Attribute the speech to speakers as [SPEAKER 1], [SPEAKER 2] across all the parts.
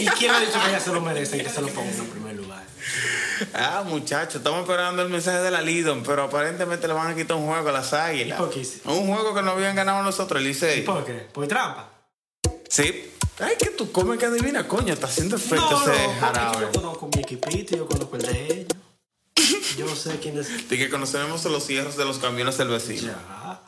[SPEAKER 1] ¿Y quién ha dicho que ella se lo merece y que se lo ponga en primer lugar?
[SPEAKER 2] Ah, muchachos, estamos esperando el mensaje de la Lidon, pero aparentemente le van a quitar un juego a las águilas.
[SPEAKER 1] ¿Y por qué hiciste?
[SPEAKER 2] Un juego que no habían ganado nosotros, el Licey.
[SPEAKER 1] ¿Por qué? ¿Por trampa?
[SPEAKER 2] Sí. Ay, que tú comes que adivina, coño, está haciendo efecto
[SPEAKER 1] No,
[SPEAKER 2] ese
[SPEAKER 1] no, porque
[SPEAKER 2] jarabe.
[SPEAKER 1] yo conozco mi equipito, yo conozco el de ellos. Yo sé quién es.
[SPEAKER 2] De que conoceremos los cierres de los camiones del vecino.
[SPEAKER 1] Ya.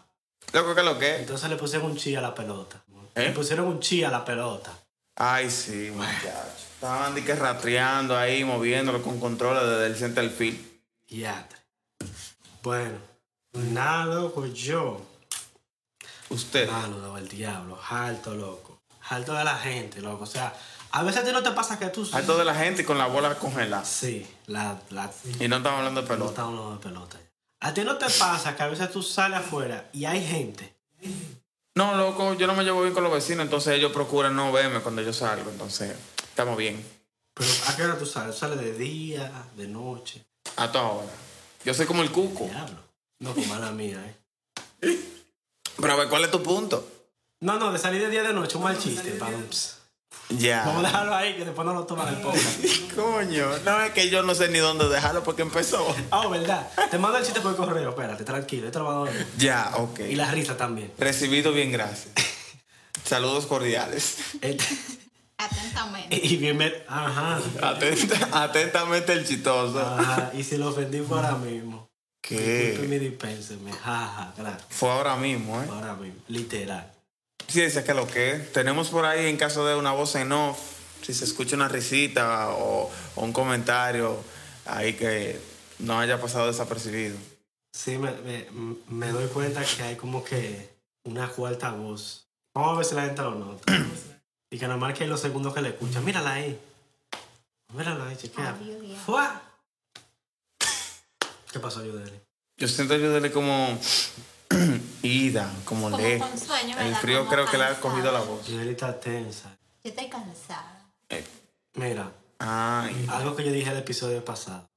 [SPEAKER 2] Loco, ¿qué es lo que? es?
[SPEAKER 1] Entonces le pusieron un chi a la pelota.
[SPEAKER 2] ¿Eh?
[SPEAKER 1] Le pusieron un chi a la pelota.
[SPEAKER 2] Ay, sí, muchachos. Estaban de que rastreando ahí, moviéndolo con control desde el center field.
[SPEAKER 1] Yatre. Bueno, nada, loco, yo.
[SPEAKER 2] Usted.
[SPEAKER 1] Mano, loco, el diablo. Alto, loco. Alto de la gente, loco. O sea, a veces a ti no te pasa que tú.
[SPEAKER 2] Alto de la gente y con la bola congelada.
[SPEAKER 1] Sí, la. la
[SPEAKER 2] Y no estamos hablando de
[SPEAKER 1] no
[SPEAKER 2] pelota.
[SPEAKER 1] está uno de pelota. A ti no te pasa que a veces tú sales afuera y hay gente.
[SPEAKER 2] No, loco, yo no me llevo bien con los vecinos, entonces ellos procuran no verme cuando yo salgo, entonces estamos bien.
[SPEAKER 1] Pero ¿a qué hora tú sales? ¿Tú sales de día, de noche?
[SPEAKER 2] A toda hora. Yo soy como el cuco.
[SPEAKER 1] Diablo. No, pues mala mía, ¿eh?
[SPEAKER 2] Pero a ver, ¿cuál es tu punto?
[SPEAKER 1] No, no, de salir de día de noche, un mal chiste. pam, ps. Vamos a
[SPEAKER 2] Ya.
[SPEAKER 1] dejarlo ahí que después no lo toman el podcast.
[SPEAKER 2] Coño, no es que yo no sé ni dónde dejarlo porque empezó.
[SPEAKER 1] Ah, oh, verdad. Te mando el chiste por correo, espérate, tranquilo, yo te lo mando ahora.
[SPEAKER 2] Ya, ok.
[SPEAKER 1] Y la risa también.
[SPEAKER 2] Recibido bien, gracias. Saludos cordiales.
[SPEAKER 1] El-
[SPEAKER 2] Eh,
[SPEAKER 3] Atentamente.
[SPEAKER 1] Este, y bien, me- ajá,
[SPEAKER 2] Atenta- atentamente el chistoso.
[SPEAKER 1] ajá. Y si lo ofendí fue ahora mismo.
[SPEAKER 2] ¿Qué?
[SPEAKER 1] Me dispénseme, jaja, claro.
[SPEAKER 2] Fue ahora mismo, ¿eh?
[SPEAKER 1] Ahora mismo, literal.
[SPEAKER 2] Sí, decía que lo que es. tenemos por ahí en caso de una voz en off, si se escucha una risita o, o un comentario ahí que no haya pasado desapercibido.
[SPEAKER 1] Sí, me, me, me doy cuenta que hay como que una cuarta voz. Vamos a ver si la gente lo nota. y que normal que hay los segundos que le escuchan. Mírala ahí. Mírala ahí, chequea.
[SPEAKER 3] Ay, Dios mío.
[SPEAKER 1] ¡Fua! ¿Qué pasó, Yudeli?
[SPEAKER 2] Yo siento ayudarle como ida, como,
[SPEAKER 3] Como
[SPEAKER 2] lejos.
[SPEAKER 3] con sueño,
[SPEAKER 2] El
[SPEAKER 3] ¿verdad?
[SPEAKER 2] frío
[SPEAKER 3] Como
[SPEAKER 2] creo que le ha
[SPEAKER 3] cansado.
[SPEAKER 2] cogido la voz. Eh,
[SPEAKER 1] Yudeli está tensa.
[SPEAKER 3] Yo estoy cansada.
[SPEAKER 1] Mira,
[SPEAKER 2] Ay,
[SPEAKER 1] algo que yo dije el episodio pasado.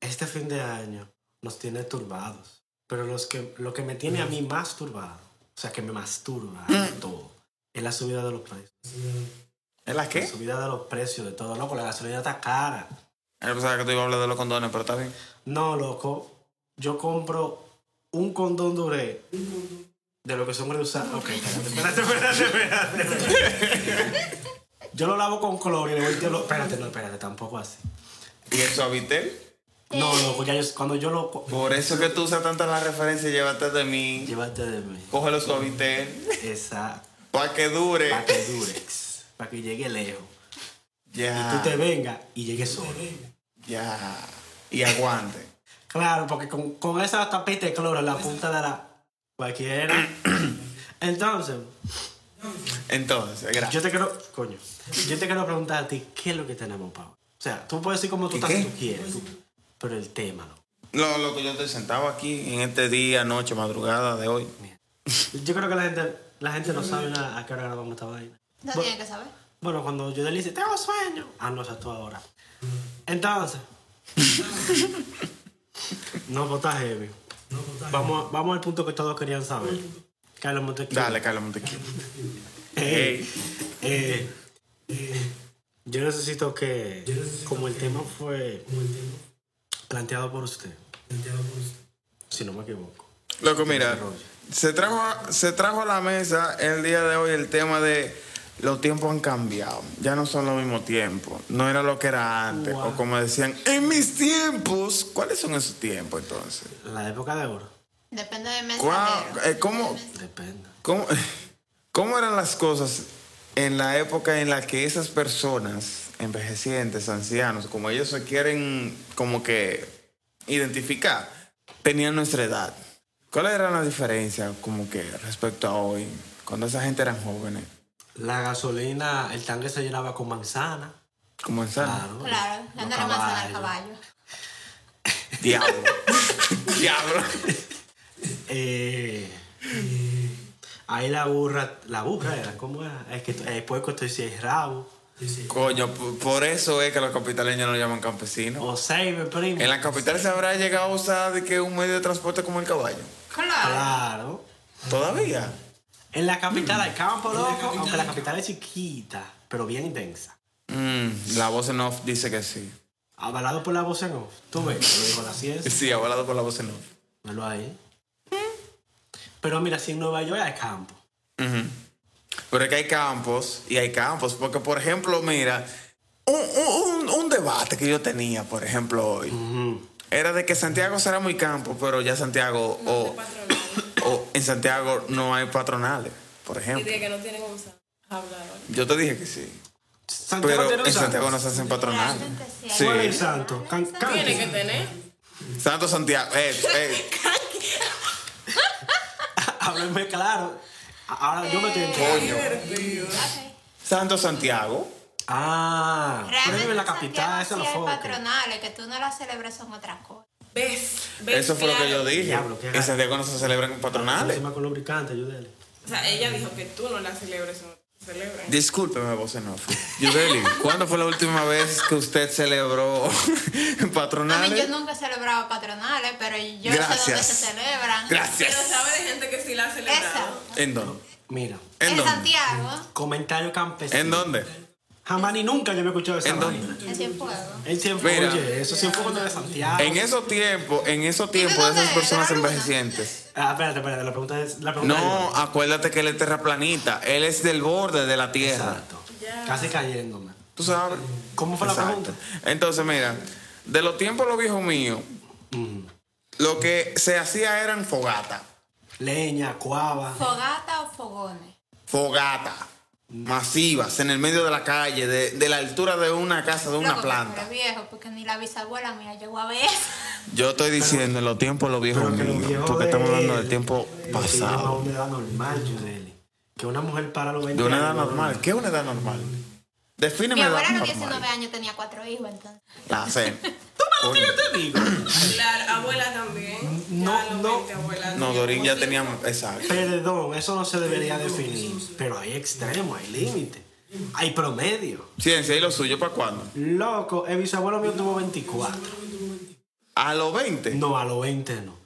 [SPEAKER 1] Este fin de año nos tiene turbados. Pero los que, lo que me tiene a mí más turbado, o sea, que me masturba de todo, es la subida de los precios.
[SPEAKER 2] ¿es la
[SPEAKER 1] La
[SPEAKER 2] qué?
[SPEAKER 1] subida de los precios, de todo, loco. La gasolina está cara.
[SPEAKER 2] Yo pensaba que tú ibas a hablar de los condones, pero está bien.
[SPEAKER 1] No, loco. Yo compro un condón duré de lo que son reusados. Ok, espérate, espérate, espérate, espérate, espérate. Yo lo lavo con cloro y le voy a lo... Espérate, no, espérate, tampoco así.
[SPEAKER 2] ¿Y el suavitel?
[SPEAKER 1] No, loco, ya yo- cuando yo lo... co-
[SPEAKER 2] Por eso que tú usas tantas las referencias, llévate de mí.
[SPEAKER 1] Llévate de mí.
[SPEAKER 2] Cógelo suavitel.
[SPEAKER 1] Esa...
[SPEAKER 2] Para que dure.
[SPEAKER 1] Para que durex. Para que llegue lejos.
[SPEAKER 2] Ya.
[SPEAKER 1] Tú te vengas y llegue solo.
[SPEAKER 2] Ya. Y aguante.
[SPEAKER 1] Claro, porque con, con esa tapita de cloro en la punta de la... Cualquiera. Entonces...
[SPEAKER 2] Entonces, gracias.
[SPEAKER 1] Yo te quiero, coño, yo te quiero preguntar a ti, ¿qué es lo que tenemos, Pau? O sea, tú puedes decir como tú
[SPEAKER 2] ¿Qué
[SPEAKER 1] estás,
[SPEAKER 2] qué?
[SPEAKER 1] tú quieres, tú- pero el tema, no.
[SPEAKER 2] Lo, lo que yo estoy sentado aquí en este día, noche, madrugada de hoy.
[SPEAKER 1] Yo creo que la gente, la gente no sabe a, a qué hora grabamos esta vaina.
[SPEAKER 3] No
[SPEAKER 1] Bu-
[SPEAKER 3] tienen que saber.
[SPEAKER 1] Bueno, cuando yo le dice, tengo sueño. Ah, no, esa es tú ahora. Entonces. no, pues está heavy. Vamos, vamos al punto que todos querían saber. Carlos Montequillo.
[SPEAKER 2] Dale, Carlos Montequillo.
[SPEAKER 1] Ey, eh, yo necesito que, como el tema fue planteado por usted, si no me equivoco,
[SPEAKER 2] Loco, mira, se trajo, se trajo a la mesa el día de hoy el tema de los tiempos han cambiado. Ya no son los mismos tiempos. No era lo que era antes.
[SPEAKER 1] Wow.
[SPEAKER 2] O como decían, en mis tiempos. ¿Cuáles son esos tiempos entonces?
[SPEAKER 1] la época de oro,
[SPEAKER 3] Depende del
[SPEAKER 2] ¿Cuá-
[SPEAKER 3] mensajero.
[SPEAKER 2] eh, ¿Cómo,
[SPEAKER 1] depende.
[SPEAKER 2] cómo, cómo eran las cosas en la época en la que esas personas, envejecientes, ancianos, como ellos se quieren como que identificar, tenían nuestra edad? ¿Cuál era la diferencia como que respecto a hoy, cuando esa gente eran jóvenes?
[SPEAKER 1] La gasolina, el tanque se llenaba con manzana.
[SPEAKER 2] Como en
[SPEAKER 1] Claro,
[SPEAKER 3] Claro,
[SPEAKER 1] los
[SPEAKER 3] le andan manzana al caballo.
[SPEAKER 2] Diablo. Diablo.
[SPEAKER 1] Eh, ahí la burra, la burra era, ¿cómo era? Es que el puerco estoy seis rabos,
[SPEAKER 2] Coño, por- por eso es que los capitaleños no lo llaman campesinos.
[SPEAKER 1] o seis, mi primo.
[SPEAKER 2] En la capital se habrá llegado a usar de que un medio de transporte como el caballo.
[SPEAKER 3] Claro.
[SPEAKER 1] Claro.
[SPEAKER 2] Todavía.
[SPEAKER 1] En la capital del campo, loco, aunque la capital es chiquita, pero bien intensa.
[SPEAKER 2] Mm, la voz en off dice que sí.
[SPEAKER 1] Avalado por la voz en off. Tú ves, te lo digo así es.
[SPEAKER 2] Sí, avalado por la voz en off.
[SPEAKER 1] Míralo ahí. Pero mira, si en Nueva York hay campo.
[SPEAKER 2] Ujú. Pero es que hay campos y hay campos. Porque, por ejemplo, mira, un, un- un- un debate que yo tenía, por ejemplo, hoy, era de que Santiago será muy campo, pero ya Santiago o, o en Santiago no hay patronales, por
[SPEAKER 4] Y
[SPEAKER 2] ejemplo.
[SPEAKER 4] de que no tienen usa. Hablador.
[SPEAKER 2] Yo te dije que sí.
[SPEAKER 1] Santiago
[SPEAKER 2] Pero
[SPEAKER 1] tiene un
[SPEAKER 2] en Santiago no
[SPEAKER 1] santo.
[SPEAKER 2] se hacen patronales.
[SPEAKER 3] Realmente sí hay-
[SPEAKER 2] Sí.
[SPEAKER 1] ¿Cuál es el santo? Can-
[SPEAKER 4] Tiene que
[SPEAKER 1] Cante.
[SPEAKER 4] tener.
[SPEAKER 2] Santo Santiago. eh, eh.
[SPEAKER 1] Háblame claro. Ahora yo me estoy enterando.
[SPEAKER 2] Coño.
[SPEAKER 3] Ok.
[SPEAKER 2] Santo Santiago.
[SPEAKER 1] Ah, pero
[SPEAKER 3] Realmente
[SPEAKER 1] vive en la
[SPEAKER 3] Santiago
[SPEAKER 1] capital, esa es
[SPEAKER 3] sí
[SPEAKER 1] la
[SPEAKER 3] hay
[SPEAKER 1] foca.
[SPEAKER 3] patronales, que tú no las celebres son otras cosas.
[SPEAKER 4] ¿Ves? ¿Ves?
[SPEAKER 2] Eso fue lo que yo
[SPEAKER 4] Claro.
[SPEAKER 2] dije.
[SPEAKER 1] Diablo, qué
[SPEAKER 2] En Santiago no se celebran patronales.
[SPEAKER 1] Encima con lubricante, ayúdale.
[SPEAKER 4] O sea, ella dijo que tú no la celebres. no la celebras.
[SPEAKER 2] Discúlpeme, voz en off. Yudeli, ¿cuándo fue la última vez que usted celebró
[SPEAKER 3] A mí yo
[SPEAKER 2] patronales?
[SPEAKER 3] nunca he celebrado patronales, pero yo sé dónde
[SPEAKER 2] Gracias.
[SPEAKER 3] se celebran.
[SPEAKER 4] Pero
[SPEAKER 2] Gracias.
[SPEAKER 4] sabe de gente que sí la ha
[SPEAKER 3] Esa.
[SPEAKER 4] celebrado.
[SPEAKER 2] ¿En dónde?
[SPEAKER 1] Mira,
[SPEAKER 2] ¿En
[SPEAKER 3] En,
[SPEAKER 2] dónde?
[SPEAKER 3] Santiago,
[SPEAKER 1] comentario campesino.
[SPEAKER 2] ¿En dónde?
[SPEAKER 1] Jamás ni nunca yo había escuchado esa
[SPEAKER 2] ¿En dónde?
[SPEAKER 1] vaina.
[SPEAKER 3] en Cienfuegos.
[SPEAKER 1] En Cienfuegos,
[SPEAKER 2] Mira.
[SPEAKER 1] oye, eso Cienfuegos no es de Santiago.
[SPEAKER 2] En esos tiempos, en esos
[SPEAKER 3] ¿Dime
[SPEAKER 2] tiempos,
[SPEAKER 3] dónde
[SPEAKER 2] esas
[SPEAKER 3] es?
[SPEAKER 2] personas
[SPEAKER 3] ¿De la luna?
[SPEAKER 2] envejecientes.
[SPEAKER 1] Ah, espérate, espérate, la pregunta es... La pregunta
[SPEAKER 2] No,
[SPEAKER 1] es-
[SPEAKER 2] acuérdate que él es terraplanita. Él es del borde de la tierra.
[SPEAKER 1] Exacto. Casi cayéndome.
[SPEAKER 2] ¿Tú sabes?
[SPEAKER 1] ¿Cómo fue la pregunta?
[SPEAKER 2] Entonces, mira, de los tiempos los viejos míos, lo que se hacía eran fogata.
[SPEAKER 1] Leña, cuava.
[SPEAKER 3] ¿Fogata o fogones?
[SPEAKER 2] fogata masivas en el medio de la calle, de, de la altura de una casa, de una
[SPEAKER 3] Loco, que
[SPEAKER 2] planta.
[SPEAKER 3] pero viejo, porque ni la bisabuela mía llegó a ver eso.
[SPEAKER 2] Yo estoy diciendo en los tiempos los viejos
[SPEAKER 1] Pero que los
[SPEAKER 2] míos,
[SPEAKER 1] viejos
[SPEAKER 2] porque estamos
[SPEAKER 1] de
[SPEAKER 2] hablando
[SPEAKER 1] él,
[SPEAKER 2] del tiempo
[SPEAKER 1] eh, tienen
[SPEAKER 2] pasado.
[SPEAKER 1] una edad normal, Yudeli. Que una mujer para los 20
[SPEAKER 2] De una edad
[SPEAKER 1] años,
[SPEAKER 2] normal. ¿Qué es una edad normal?
[SPEAKER 3] Mi
[SPEAKER 2] Defíneme
[SPEAKER 3] abuela
[SPEAKER 2] edad
[SPEAKER 3] a los 19
[SPEAKER 2] normal.
[SPEAKER 3] años tenía cuatro hijos, entonces.
[SPEAKER 2] La sé.
[SPEAKER 1] Te digo.
[SPEAKER 4] La abuela también.
[SPEAKER 1] No,
[SPEAKER 4] Ya a los
[SPEAKER 1] no.
[SPEAKER 4] 20 abuelas.
[SPEAKER 2] No, Dorín ya teníamos... Exacto.
[SPEAKER 1] Perdón, eso no se debería definir. Pero hay extremos, hay límites. Hay promedio.
[SPEAKER 2] Ciencia, ¿y lo suyo para cuándo?
[SPEAKER 1] Loco, el bisabuelo mío tuvo 24.
[SPEAKER 2] ¿A los 20?
[SPEAKER 1] No, a los 20 no.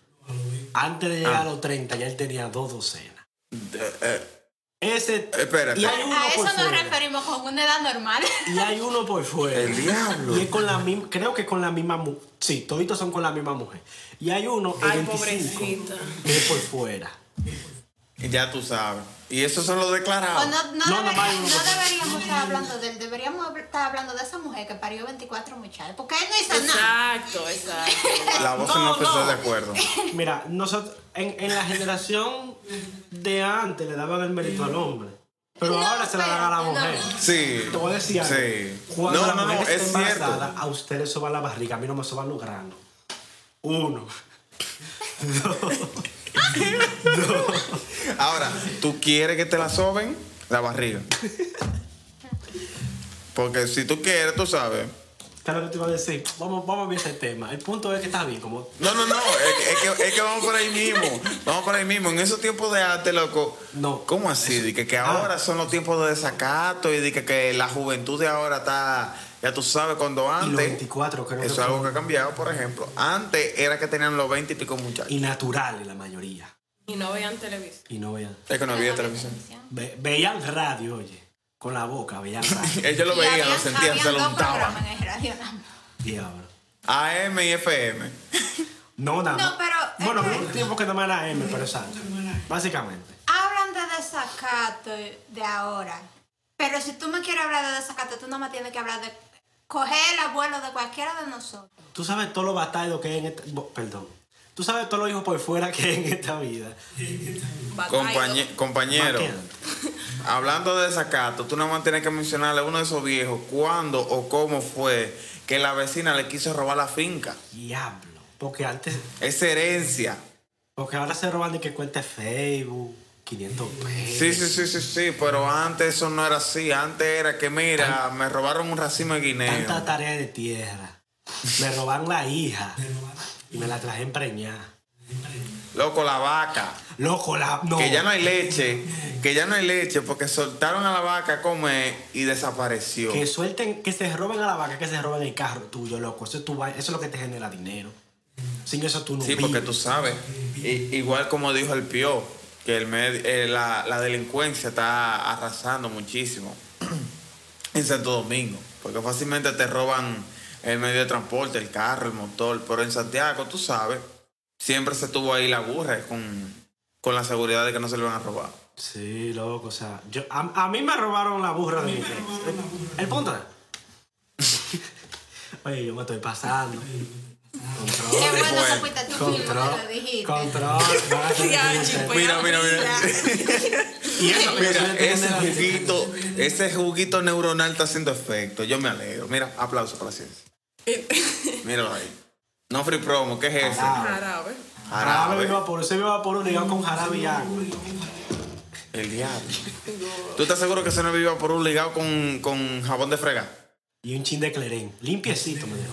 [SPEAKER 1] Antes de llegar
[SPEAKER 2] Ah.
[SPEAKER 1] a los 30 ya él tenía dos docenas.
[SPEAKER 2] Eh, eh,
[SPEAKER 1] Ese...
[SPEAKER 2] Espérate.
[SPEAKER 1] Y hay uno
[SPEAKER 3] A eso
[SPEAKER 1] por
[SPEAKER 3] nos
[SPEAKER 1] fuera.
[SPEAKER 3] referimos con una edad normal.
[SPEAKER 1] Y hay uno por fuera.
[SPEAKER 2] El diablo.
[SPEAKER 1] Y es con la misma, creo que con la misma mujer. Sí, toditos son con la misma mujer. Y hay uno, el
[SPEAKER 4] Ay,
[SPEAKER 1] 25,
[SPEAKER 4] pobrecita.
[SPEAKER 1] que es por fuera.
[SPEAKER 2] Ya tú sabes. Y esos son los
[SPEAKER 3] O
[SPEAKER 2] declarados.
[SPEAKER 3] no, no,
[SPEAKER 1] No,
[SPEAKER 3] debe-
[SPEAKER 1] normal, no.
[SPEAKER 3] no deberíamos estar hablando de él, deberíamos habl- estar hablando de esa mujer que parió 24 muchachos. Porque él no hizo nada.
[SPEAKER 4] Exacto, exacto.
[SPEAKER 2] La voz
[SPEAKER 1] No,
[SPEAKER 2] no está
[SPEAKER 1] no.
[SPEAKER 2] de acuerdo.
[SPEAKER 1] Mira, nosotros, en, en la generación de antes le daban el mérito al hombre. Pero
[SPEAKER 3] No,
[SPEAKER 1] ahora se la dan a la
[SPEAKER 3] pero,
[SPEAKER 1] mujer.
[SPEAKER 3] no.
[SPEAKER 2] Sí.
[SPEAKER 1] Te voy a decir algo. este
[SPEAKER 2] Sí.
[SPEAKER 1] Cuando
[SPEAKER 2] No,
[SPEAKER 1] la
[SPEAKER 2] no,
[SPEAKER 1] mujer
[SPEAKER 2] no,
[SPEAKER 1] está
[SPEAKER 2] es
[SPEAKER 1] embarazada,
[SPEAKER 2] cierto.
[SPEAKER 1] a ustedes les soba la barriga, a mí no me soban los granos. Uno.
[SPEAKER 2] Ahora, ¿tú quieres que te la soben? La barriga. Porque si tú quieres, tú sabes.
[SPEAKER 1] Claro que te iba a decir, vamos, vamos a ver ese tema. El punto es que está bien, como
[SPEAKER 2] No, no, no. Es que, es que- es que vamos por ahí mismo. Vamos por ahí mismo. En esos tiempos de arte, loco.
[SPEAKER 1] No. Ah.
[SPEAKER 2] ¿Cómo así? De que, que ahora son los tiempos de desacato y de que, que la juventud de ahora está. Ya tú sabes, cuando
[SPEAKER 1] y los
[SPEAKER 2] antes.
[SPEAKER 1] 24 creo que
[SPEAKER 2] Eso es
[SPEAKER 1] fue,
[SPEAKER 2] algo que ha cambiado, por ejemplo. Antes era que tenían los 20 y pico muchachos.
[SPEAKER 1] y naturales la mayoría.
[SPEAKER 4] Y no vean televisión.
[SPEAKER 1] Y no vean.
[SPEAKER 2] Es que no había televisión.
[SPEAKER 1] Ve- veían radio, oye. Con la boca, veían radio.
[SPEAKER 2] Ellos lo
[SPEAKER 3] Y
[SPEAKER 2] veían, lo
[SPEAKER 3] habían-
[SPEAKER 2] sentían, se
[SPEAKER 3] habían
[SPEAKER 2] lo
[SPEAKER 3] dos
[SPEAKER 2] untaban.
[SPEAKER 3] programas en el radio nada más.
[SPEAKER 1] Diablo.
[SPEAKER 2] AM y FM.
[SPEAKER 1] No, nada.
[SPEAKER 3] No,
[SPEAKER 1] más.
[SPEAKER 3] pero- este-
[SPEAKER 1] Bueno,
[SPEAKER 3] es que-
[SPEAKER 1] hubo un tiempo que no me era M, pero exacto. Básicamente.
[SPEAKER 3] Hablan de desacato de ahora. Pero si tú me quieres hablar de desacato, tú no me tienes que hablar de coger el abuelo de cualquiera de nosotros.
[SPEAKER 1] Tú sabes todos los batallos que hay en esta. bo- Perdón. Tú sabes todos los hijos por fuera que hay en esta vida.
[SPEAKER 2] Compañe- compañero,
[SPEAKER 1] Más que antes.
[SPEAKER 2] hablando de desacato, tú nada más tienes que mencionarle a uno de esos viejos cuándo o cómo fue que la vecina le quiso robar la finca.
[SPEAKER 1] Diablo. Porque antes.
[SPEAKER 2] Es herencia.
[SPEAKER 1] Porque ahora se roban de que cuente Facebook, 500 pesos.
[SPEAKER 2] Sí, sí, sí, sí, sí, pero antes eso no era así. Antes era que, mira, me robaron un racimo de
[SPEAKER 1] Tanta
[SPEAKER 2] guineo.
[SPEAKER 1] tarea de tierra. Me roban la hija. Y me la traje empreñada.
[SPEAKER 2] Loco, la vaca.
[SPEAKER 1] Loco, la. No.
[SPEAKER 2] Que ya no hay leche. Que ya no hay leche porque soltaron a la vaca a comer y desapareció.
[SPEAKER 1] Que suelten, que se roben a la vaca, que se roben el carro tuyo, loco. Eso es, tu va- eso es lo que te genera dinero. Sin eso tú no
[SPEAKER 2] Sí,
[SPEAKER 1] vives.
[SPEAKER 2] porque tú sabes. I- igual como dijo el Pío, que el med- eh, la, la delincuencia está arrasando muchísimo. en Santo Domingo, porque fácilmente te roban el medio de transporte, el carro, el motor, pero en Santiago, tú sabes, siempre se tuvo ahí la burra con, con la seguridad de que no se le van a robar.
[SPEAKER 1] Sí, loco, o sea, yo, a, a mí me robaron la burra de El, el punto es- Oye, yo me estoy pasando.
[SPEAKER 3] Qué
[SPEAKER 1] Control,
[SPEAKER 3] bueno
[SPEAKER 2] bueno.
[SPEAKER 3] que fuiste tú mismo que lo
[SPEAKER 1] control,
[SPEAKER 3] dijiste.
[SPEAKER 1] control. van a tener
[SPEAKER 4] Ya,
[SPEAKER 1] que irse.
[SPEAKER 4] chico,
[SPEAKER 2] Mira, mira, mira.
[SPEAKER 1] Y eso, que yo
[SPEAKER 2] Mira,
[SPEAKER 1] soy el
[SPEAKER 2] ese
[SPEAKER 1] tener-
[SPEAKER 2] juguito, ese juguito neuronal está haciendo efecto. Yo me alegro. Mira, aplauso para la ciencia. Míralo ahí. No free promo, ¿qué es eso?
[SPEAKER 1] Jarabe.
[SPEAKER 4] Jarabe.
[SPEAKER 1] Jarabe
[SPEAKER 2] Jarabe.
[SPEAKER 1] viva por eso viva por uno y va con jarabe y agua.
[SPEAKER 2] El diablo. ¿Tú estás seguro que se no viva por un ligado con, con jabón de fregar?
[SPEAKER 1] Y un chin de clerén. Limpiecito, me dijo.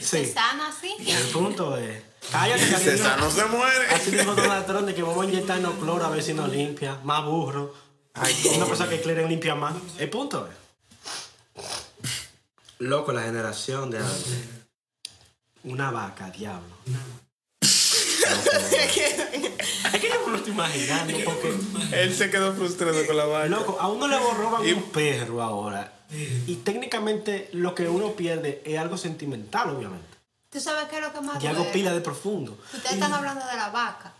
[SPEAKER 1] Sí.
[SPEAKER 3] ¿Están así?
[SPEAKER 1] Y el punto es. Cállate, que así
[SPEAKER 2] César no se
[SPEAKER 1] Así
[SPEAKER 2] muere.
[SPEAKER 1] mismo Donald Trump de que vamos a inyectarnos cloro a ver si nos limpia. Más burro.
[SPEAKER 2] Ay,
[SPEAKER 1] Una
[SPEAKER 2] coño.
[SPEAKER 1] cosa que Cleren limpia más. El punto es. Loco, la generación de antes. Una vaca, diablo. es que yo me lo estoy imaginando porque.
[SPEAKER 2] Él se quedó frustrado con la vaina.
[SPEAKER 1] Loco, a uno le roban un perro ahora. Y técnicamente lo que uno pierde es algo sentimental, obviamente.
[SPEAKER 3] ¿Tú sabes qué es lo que más
[SPEAKER 1] Y algo
[SPEAKER 3] duele?
[SPEAKER 1] pila de profundo.
[SPEAKER 3] Ustedes están hablando de la vaca,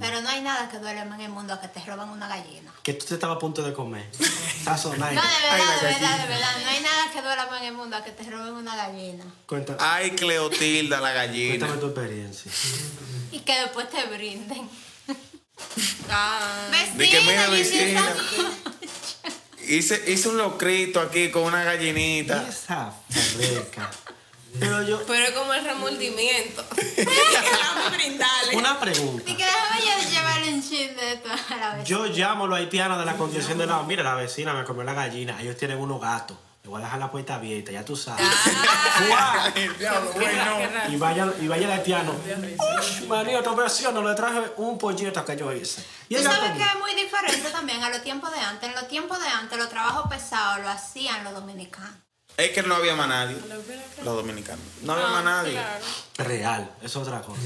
[SPEAKER 3] pero no hay nada que duele más en el mundo que te roban una gallina.
[SPEAKER 1] Que tú te estabas a punto de comer. Sazonai.
[SPEAKER 3] No, de
[SPEAKER 2] Ay, la
[SPEAKER 3] verdad, de verdad,
[SPEAKER 2] gallina.
[SPEAKER 3] de verdad. No hay nada que duela más en el mundo que te roben una gallina.
[SPEAKER 1] Cuenta-
[SPEAKER 2] Ay, Cleotilda, la gallina.
[SPEAKER 1] Cuéntame tu experiencia.
[SPEAKER 3] Y que después te brinden.
[SPEAKER 4] Ah.
[SPEAKER 3] Vecina,
[SPEAKER 2] De que mira,
[SPEAKER 3] you did
[SPEAKER 2] vecina.
[SPEAKER 3] something.
[SPEAKER 2] Hice, hice un locrito aquí con una gallinita.
[SPEAKER 1] Esa fleca. Pero yo.
[SPEAKER 4] Pero es como el remordimiento. Vamos a brindarle.
[SPEAKER 1] Una pregunta.
[SPEAKER 3] Y que déjame yo llevarle un chin de esto a la vecina.
[SPEAKER 1] Yo llamo a los haitianos de la condición de la. Mira, la vecina me comió la gallina. Ellos tienen unos gatos. Le voy a dejar la puerta abierta, ya tú sabes.
[SPEAKER 3] Ah.
[SPEAKER 1] ¡Fua!
[SPEAKER 2] El diablo,
[SPEAKER 4] Qué ra- qué ra-
[SPEAKER 1] Y vaya, y vaya el haitiano. "Ush, María, otra versión, no le traje un pollito que yo hice. Y
[SPEAKER 3] Tú
[SPEAKER 1] el
[SPEAKER 3] sabes
[SPEAKER 1] gato-
[SPEAKER 3] que es muy diferente también a los tiempos de antes. En los tiempos de antes, los trabajos pesados lo hacían los dominicanos.
[SPEAKER 2] Es que no había más nadie. Los dominicanos. No había más nadie.
[SPEAKER 4] Ah, Claro.
[SPEAKER 1] Real, es otra cosa.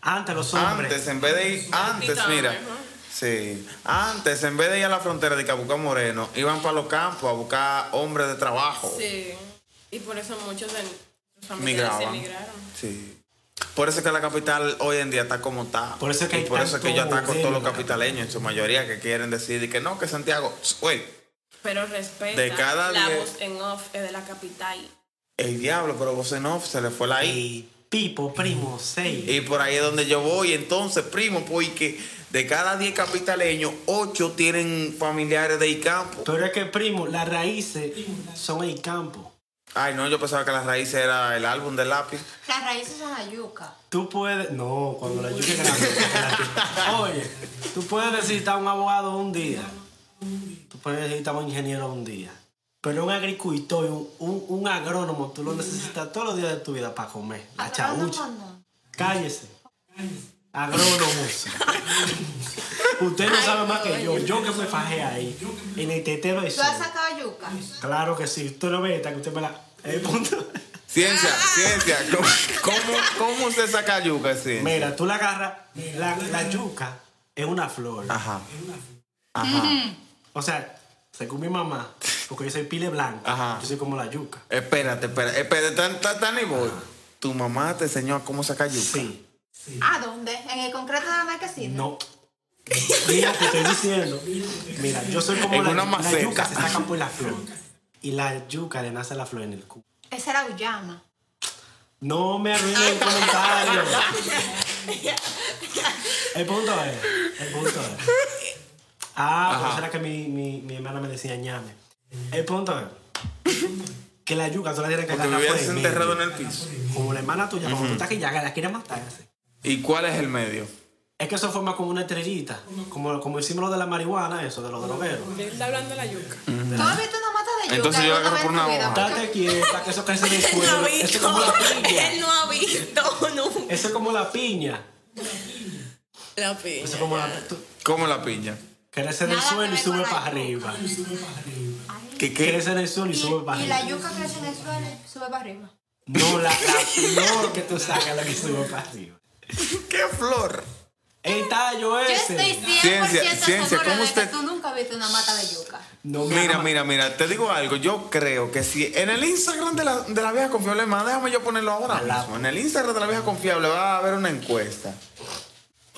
[SPEAKER 1] Antes los hombres.
[SPEAKER 2] Antes, en vez de ir, antes,
[SPEAKER 4] Hospitales,
[SPEAKER 2] mira.
[SPEAKER 4] ajá.
[SPEAKER 2] Sí, antes, en vez de ir a la frontera de que a buscar Moreno, iban para los campos a buscar hombres de trabajo.
[SPEAKER 4] Sí. Y por eso muchos de sus familiares
[SPEAKER 2] Migraban.
[SPEAKER 4] emigraron.
[SPEAKER 2] Sí. Por eso es que la capital hoy en día está como está.
[SPEAKER 1] Por eso es que
[SPEAKER 2] Y
[SPEAKER 1] hay
[SPEAKER 2] por eso es que
[SPEAKER 1] tanto
[SPEAKER 2] yo ataco a todos los
[SPEAKER 1] modelo.
[SPEAKER 2] capitaleños, en su mayoría, que quieren decir y que no, que Santiago, güey,
[SPEAKER 4] Pero respeta
[SPEAKER 2] De cada
[SPEAKER 4] la
[SPEAKER 2] diez-
[SPEAKER 4] voz en off es de la capital.
[SPEAKER 2] el diablo, pero vos en off se le fue la I.
[SPEAKER 1] Y Pipo, primo, seis.
[SPEAKER 2] Y por ahí es donde yo voy. Entonces, primo, porque de cada 10 capitaleños, 8 tienen familiares de Icampo.
[SPEAKER 1] Pero es que, primo, las raíces son el campo.
[SPEAKER 2] Ay, no, yo pensaba que las raíces era el álbum de lápiz.
[SPEAKER 3] Las raíces son la yuca.
[SPEAKER 1] Tú puedes. No, cuando la lluvia la Oye, tú puedes necesitar un abogado un día. Tú puedes necesitar un ingeniero un día. Pero un agricultor, y un, un, un agrónomo, tú lo necesitas todos los días de tu vida para comer. La
[SPEAKER 3] Agrónomos
[SPEAKER 1] chaucha.
[SPEAKER 3] no.
[SPEAKER 1] Cállese. Agrónomos. Usted no sabe más que yo. Yo que me fajé ahí. En el tetero de
[SPEAKER 3] ¿Tú has
[SPEAKER 1] sur.
[SPEAKER 3] sacado yuca?
[SPEAKER 1] Claro que sí. Usted lo ve, está que usted me la. El punto.
[SPEAKER 2] Ciencia,
[SPEAKER 1] Ah.
[SPEAKER 2] ciencia. ¿Cómo, cómo, cómo usted saca yuca, sí?
[SPEAKER 1] Mira, tú la agarras. La, la yuca es una flor.
[SPEAKER 2] Ajá. Ajá.
[SPEAKER 1] O sea, según mi mamá, porque yo soy pile blanca,
[SPEAKER 2] Ajá.
[SPEAKER 1] yo soy como la yuca.
[SPEAKER 2] Espérate, espérate. Espérate, tan, tan, tan y voy. Tu mamá te enseñó a cómo sacar yuca.
[SPEAKER 1] Sí.
[SPEAKER 3] ¿A dónde? ¿En el concreto de la marquesina?
[SPEAKER 1] No. Mira, te estoy diciendo. Mira, yo soy como
[SPEAKER 2] En
[SPEAKER 1] la,
[SPEAKER 2] una
[SPEAKER 1] la
[SPEAKER 2] maceta.
[SPEAKER 1] yuca, se saca por la flor. Y la yuca le nace la flor en el culo.
[SPEAKER 3] Esa era Uyama.
[SPEAKER 1] No me arruines el comentario. El punto es, el punto es. Ah, por eso era que mi, mi, mi hermana me decía ñame. El punto es que la yuca tú la tienes que
[SPEAKER 2] Porque
[SPEAKER 1] agarrar por
[SPEAKER 2] vivías
[SPEAKER 1] el
[SPEAKER 2] enterrado en
[SPEAKER 1] medio.
[SPEAKER 2] el piso.
[SPEAKER 1] Como la hermana tuya, cuando tú estás que ya la quieres matar. así.
[SPEAKER 2] ¿Y cuál es el medio?
[SPEAKER 1] Es que eso forma como una estrellita, como, como el símbolo de la marihuana, eso, de los drogueros.
[SPEAKER 4] Él está hablando de la yuca.
[SPEAKER 3] ¿Tú has visto una mata de yuca?
[SPEAKER 2] Entonces yo la
[SPEAKER 3] alguna
[SPEAKER 2] agarro por una
[SPEAKER 3] vez en tu vida?
[SPEAKER 2] hoja.
[SPEAKER 1] Date quieta, que eso crece en el suelo. Eso es como la
[SPEAKER 4] Él
[SPEAKER 1] piña.
[SPEAKER 4] no ha visto nunca.
[SPEAKER 1] Eso es como la piña.
[SPEAKER 4] La piña.
[SPEAKER 1] Eso es como la... tú-
[SPEAKER 2] ¿Cómo la piña?
[SPEAKER 1] crece en el
[SPEAKER 3] Nada que
[SPEAKER 1] suelo y
[SPEAKER 3] ver con
[SPEAKER 1] sube
[SPEAKER 3] la
[SPEAKER 1] para
[SPEAKER 3] yuca.
[SPEAKER 1] arriba.
[SPEAKER 2] ¿Qué, qué?
[SPEAKER 1] Crece en el suelo y sube para
[SPEAKER 3] Y, y la
[SPEAKER 1] arriba.
[SPEAKER 3] yuca crece en el suelo y sube para arriba.
[SPEAKER 1] No, la, la flor que tú sacas es la que sube para arriba.
[SPEAKER 2] ¿Qué flor?
[SPEAKER 1] El tallo
[SPEAKER 3] Yo
[SPEAKER 1] ese.
[SPEAKER 3] estoy 100%
[SPEAKER 2] Ciencia, ciencia,
[SPEAKER 3] segura
[SPEAKER 2] ¿cómo
[SPEAKER 3] de
[SPEAKER 2] usted-
[SPEAKER 3] que tú nunca viste una mata de yuca.
[SPEAKER 1] No,
[SPEAKER 2] Mira,
[SPEAKER 1] ma-
[SPEAKER 2] mira, mira, te digo algo. Yo creo que si en el Instagram de la, de la vieja confiable, más déjame yo ponerlo ahora
[SPEAKER 1] Al lado.
[SPEAKER 2] mismo. En el Instagram de la vieja confiable va a haber una encuesta.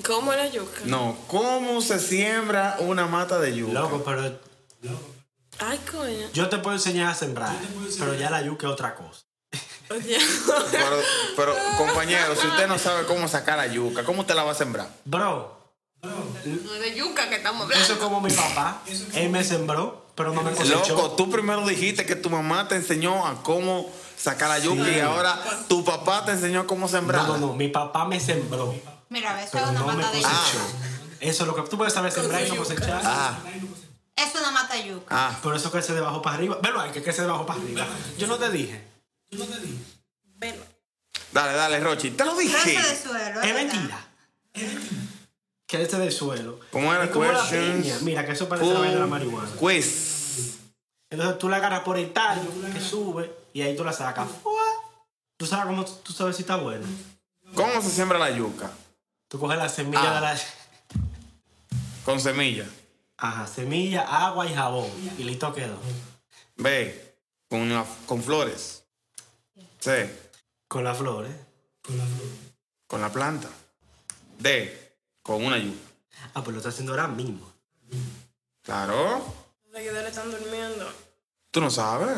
[SPEAKER 4] ¿Cómo la yuca?
[SPEAKER 2] No, ¿cómo se siembra una mata de yuca?
[SPEAKER 1] Loco, pero
[SPEAKER 4] Ay, coño.
[SPEAKER 1] yo te puedo enseñar a sembrar. Pero ya la yuca es otra cosa.
[SPEAKER 4] Oye.
[SPEAKER 2] Pero, pero, compañero, si usted no sabe cómo sacar la yuca, ¿cómo usted la va a sembrar?
[SPEAKER 1] Bro,
[SPEAKER 4] de yuca que estamos
[SPEAKER 1] eso es como mi papá. Él me sembró, pero no me cosechó.
[SPEAKER 2] Loco, tú primero dijiste que tu mamá te enseñó a cómo sacar la yuca y ahora tu papá te enseñó a cómo sembrar.
[SPEAKER 1] No, no, no. Mi papá me sembró,
[SPEAKER 3] Mira, eso es
[SPEAKER 1] pero
[SPEAKER 3] una
[SPEAKER 1] no me
[SPEAKER 3] mata de
[SPEAKER 1] cosechó.
[SPEAKER 3] yuca.
[SPEAKER 1] Eso es lo que tú puedes saber sembrar y no cosechar.
[SPEAKER 2] Ah,
[SPEAKER 3] Es una mata de yuca.
[SPEAKER 2] ah.
[SPEAKER 1] Por eso crece de abajo para arriba. Velo hay que crece de abajo para arriba. Yo no te dije.
[SPEAKER 2] Dale, dale, Rochi. Te lo dije.
[SPEAKER 3] Rosa de suelo.
[SPEAKER 1] Es
[SPEAKER 3] verdad.
[SPEAKER 1] mentira. Crece del suelo.
[SPEAKER 2] ¿Cómo era?
[SPEAKER 1] Es como la
[SPEAKER 2] Questions.
[SPEAKER 1] piña. Mira, que eso parece la vaina de la marihuana.
[SPEAKER 2] Un quiz.
[SPEAKER 1] Entonces tú la agarras por el tallo, que sube, y ahí tú la sacas. ¡Fua! Tú sabes cómo tú sabes si está bueno.
[SPEAKER 2] ¿Cómo se siembra la yuca?
[SPEAKER 1] Tú coges la semilla
[SPEAKER 2] Ah.
[SPEAKER 1] de la.
[SPEAKER 2] Con semilla.
[SPEAKER 1] Ajá, semilla, agua y jabón. Y listo quedó.
[SPEAKER 2] Ve. Con, la- con flores. C.
[SPEAKER 1] Con ¿eh? las flores.
[SPEAKER 2] Con la planta. D. Con una yuca.
[SPEAKER 1] Ah, pues lo está haciendo ahora mismo.
[SPEAKER 2] Claro.
[SPEAKER 4] Los seguidores están durmiendo.
[SPEAKER 2] Tú no sabes.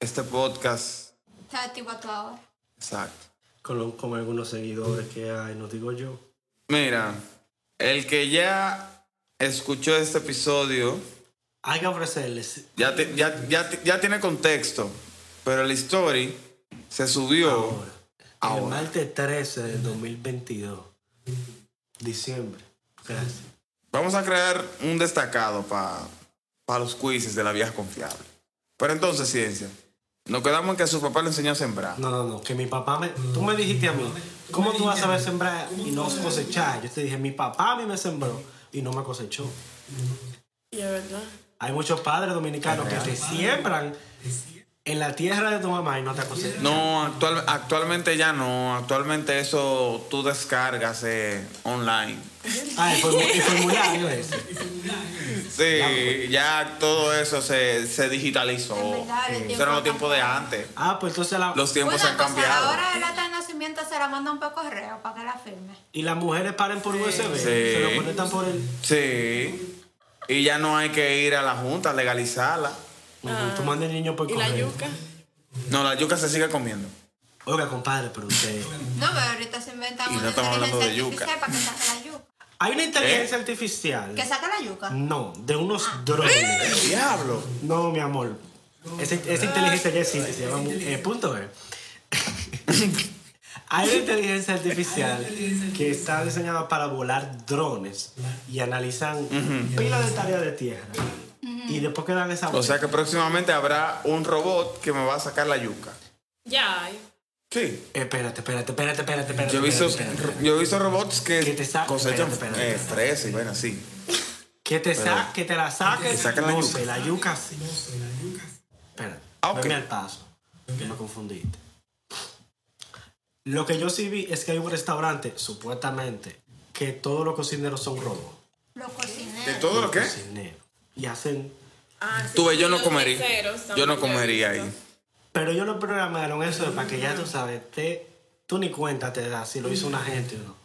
[SPEAKER 2] Este podcast.
[SPEAKER 3] Está activa tú ahora.
[SPEAKER 2] Exacto.
[SPEAKER 1] Con, lo- con algunos seguidores que hay, no digo yo.
[SPEAKER 2] Mira, el que ya escuchó este episodio
[SPEAKER 1] Hay que ofrecerles.
[SPEAKER 2] ya, ti- ya, ya ti- ya tiene contexto, pero el story se subió
[SPEAKER 1] Ahora. El
[SPEAKER 2] ahora.
[SPEAKER 1] martes 13 del 2022. Diciembre. Gracias.
[SPEAKER 2] Vamos a crear un destacado para los quizzes de la vieja confiable. Pero entonces, ciencia, nos quedamos en que su papá le enseñó a sembrar.
[SPEAKER 1] No, no, no, que mi papá me... Tú me dijiste a mí, ¿cómo tú vas a saber sembrar y no cosechar? Yo te dije, mi papá a mí me sembró y no me cosechó.
[SPEAKER 4] Y es verdad.
[SPEAKER 1] Hay muchos padres dominicanos que te siembran en la tierra de tu mamá y no te cosechan.
[SPEAKER 2] No, actual- actualmente ya no. Actualmente eso tú descargas eh, online.
[SPEAKER 1] Ah, el, formu- el formulario ese.
[SPEAKER 2] Sí, ya todo eso se, se digitalizó.
[SPEAKER 3] En verdad, el
[SPEAKER 2] Eso
[SPEAKER 3] tiempo
[SPEAKER 2] eran
[SPEAKER 3] ha
[SPEAKER 2] los tiempos de antes.
[SPEAKER 1] Ah, pues entonces la...
[SPEAKER 2] Los tiempos
[SPEAKER 3] Una
[SPEAKER 2] han
[SPEAKER 3] cosa,
[SPEAKER 2] cambiado.
[SPEAKER 3] ahora el acta de nacimiento se la manda un poco correo para que la firme.
[SPEAKER 1] Y las mujeres paren por USB.
[SPEAKER 2] Sí.
[SPEAKER 1] Se lo conectan por el...
[SPEAKER 2] Sí. Y ya no hay que ir a la junta a legalizarla.
[SPEAKER 1] Ujú, Tú mandas el niño por
[SPEAKER 4] Ah. ¿Y la
[SPEAKER 1] correo.
[SPEAKER 4] yuca?
[SPEAKER 2] No, la yuca se sigue comiendo.
[SPEAKER 1] Oiga, compadre, pero usted...
[SPEAKER 3] No, pero ahorita se inventan
[SPEAKER 2] Y no
[SPEAKER 3] una
[SPEAKER 2] estamos hablando de
[SPEAKER 3] inteligencia
[SPEAKER 2] yuca.
[SPEAKER 3] artificial para que saque la yuca.
[SPEAKER 1] Hay
[SPEAKER 2] ¿Eh?
[SPEAKER 1] una inteligencia artificial.
[SPEAKER 3] Que saque la yuca.
[SPEAKER 2] Mm.
[SPEAKER 1] No, de unos drones.
[SPEAKER 2] Diablo.
[SPEAKER 1] No, mi amor. Esa, esa inteligencia ya existe, se llama eh, punto B. Hay una inteligencia artificial que está diseñada para volar drones y analizan pilas de tareas de tierra. Y después que dan esa
[SPEAKER 2] O sea
[SPEAKER 1] vuelta,
[SPEAKER 2] que próximamente habrá un robot que me va a sacar la yuca.
[SPEAKER 4] Ya hay.
[SPEAKER 2] Sí.
[SPEAKER 1] Espérate, espérate, espérate, espérate, espérate.
[SPEAKER 2] Yo he visto,
[SPEAKER 1] espérate, espérate, espérate.
[SPEAKER 2] yo he visto robots que,
[SPEAKER 1] Que te sa-
[SPEAKER 2] cosechan
[SPEAKER 1] espérate, espérate,
[SPEAKER 2] eh,
[SPEAKER 1] espérate.
[SPEAKER 2] fresa y bueno, sí.
[SPEAKER 1] Que te, sa que te la saques.
[SPEAKER 2] Que saquen la
[SPEAKER 1] no
[SPEAKER 2] yuca.
[SPEAKER 1] sé, la yuca sí. Espera,
[SPEAKER 2] Ah, ok.
[SPEAKER 1] venme al paso, que me confundiste. Lo que yo sí vi es que hay un restaurante, supuestamente, que todos los cocineros son robots.
[SPEAKER 3] Los cocineros.
[SPEAKER 2] ¿De
[SPEAKER 1] Ah,
[SPEAKER 2] todo lo que?
[SPEAKER 1] Cocineros. Y hacen...
[SPEAKER 4] Ah, sí,
[SPEAKER 2] Tú ves, yo no
[SPEAKER 4] los
[SPEAKER 2] comería.
[SPEAKER 4] pizzeros
[SPEAKER 2] Yo no
[SPEAKER 4] también
[SPEAKER 2] comería
[SPEAKER 4] he visto.
[SPEAKER 2] ahí.
[SPEAKER 1] Pero ellos lo programaron eso para que ya tú sabes, te, tú ni cuenta te das si lo hizo una gente o no.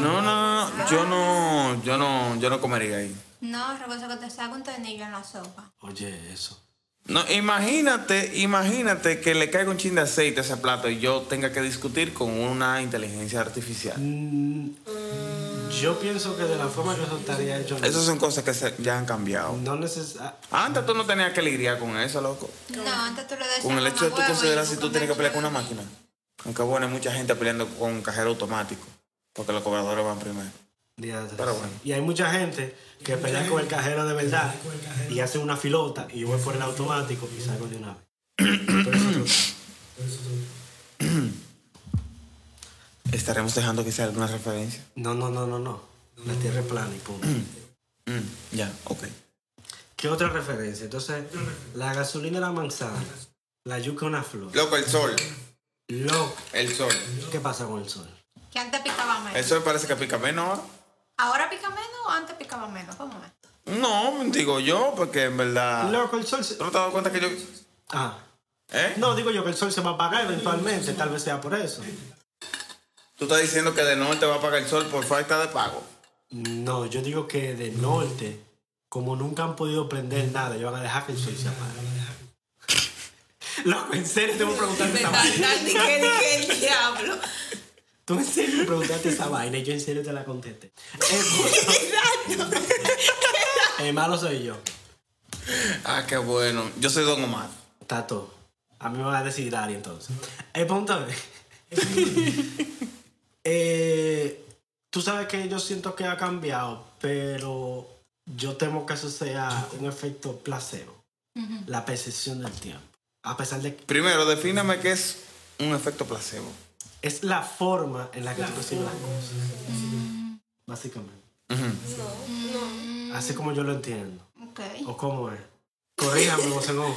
[SPEAKER 2] No, no, no, yo no, yo no, yo no comería ahí.
[SPEAKER 3] No, recuerdo que te saque un tornillo en la sopa.
[SPEAKER 1] Oye, eso.
[SPEAKER 2] No, imagínate, imagínate que le caiga un chin de aceite a ese plato y yo tenga que discutir con una inteligencia artificial.
[SPEAKER 1] Mm, Yo pienso que de la forma que eso estaría hecho,
[SPEAKER 2] Esas son cosas que se- ya han cambiado.
[SPEAKER 1] no necesita...
[SPEAKER 2] Antes tú no tenías que lidiar con eso, loco.
[SPEAKER 3] No, antes tú lo decías.
[SPEAKER 2] Con el hecho de tú
[SPEAKER 3] mamahuevo y
[SPEAKER 2] considerar si tú tienes que pelear con una
[SPEAKER 3] mamá.
[SPEAKER 2] máquina. Aunque bueno, hay mucha gente peleando con un cajero automático. Porque los cobradores van primero.
[SPEAKER 1] Diadre.
[SPEAKER 2] Pero bueno.
[SPEAKER 1] Y hay mucha gente que pelea con el cajero de verdad y hace una filota y yo voy por el automático y salgo de una vez. Pero eso es otro tema.
[SPEAKER 2] Estaremos dejando que sea alguna referencia.
[SPEAKER 1] no, no, no, no, no. La tierra es plana y punto.
[SPEAKER 2] Mm, ya, ok.
[SPEAKER 1] ¿Qué otra referencia? Entonces, la gasolina es la manzana, la yuca es una flor.
[SPEAKER 2] Loco, el sol.
[SPEAKER 1] Loco,
[SPEAKER 2] El sol.
[SPEAKER 1] ¿qué pasa con el sol?
[SPEAKER 3] Que antes picaba más.
[SPEAKER 2] El sol parece que pica menos ¿ah? ahora.
[SPEAKER 3] ¿Ahora pica menos o antes picaba menos? ¿Cómo es?
[SPEAKER 2] No, digo yo, porque en verdad.
[SPEAKER 1] Loco, el sol se...
[SPEAKER 2] ¿Tú no te has dado cuenta que yo.
[SPEAKER 1] Ah.
[SPEAKER 2] ¿Eh?
[SPEAKER 1] No, digo yo que el sol se va a apagar eventualmente, tal vez sea por eso.
[SPEAKER 2] Tú estás diciendo que de noche te va a pagar el sol por falta de pago.
[SPEAKER 1] No, yo digo que de norte, como nunca han podido prender nada, ellos van a dejar que el sol se apague. Loco, en serio te voy a preguntar esa vaina.
[SPEAKER 4] Ni que ni que el diablo.
[SPEAKER 1] Tú en serio me preguntaste esa vaina y yo en serio te la contesté. Exacto. El malo soy yo.
[SPEAKER 2] Ah, qué bueno. Yo soy Don Omar.
[SPEAKER 1] Tato, a mí me va a decir Dari entonces. El punto es- Eh, tú sabes que yo siento que ha cambiado, pero yo temo que eso sea un efecto placebo. La percepción del tiempo. A pesar de que
[SPEAKER 2] Primero, defíname qué es un efecto placebo.
[SPEAKER 1] es la forma en la que tú percibes las cosas. Básicamente. Así como yo lo entiendo.
[SPEAKER 3] Ok.
[SPEAKER 1] ¿O cómo es? Corríjame, vos no.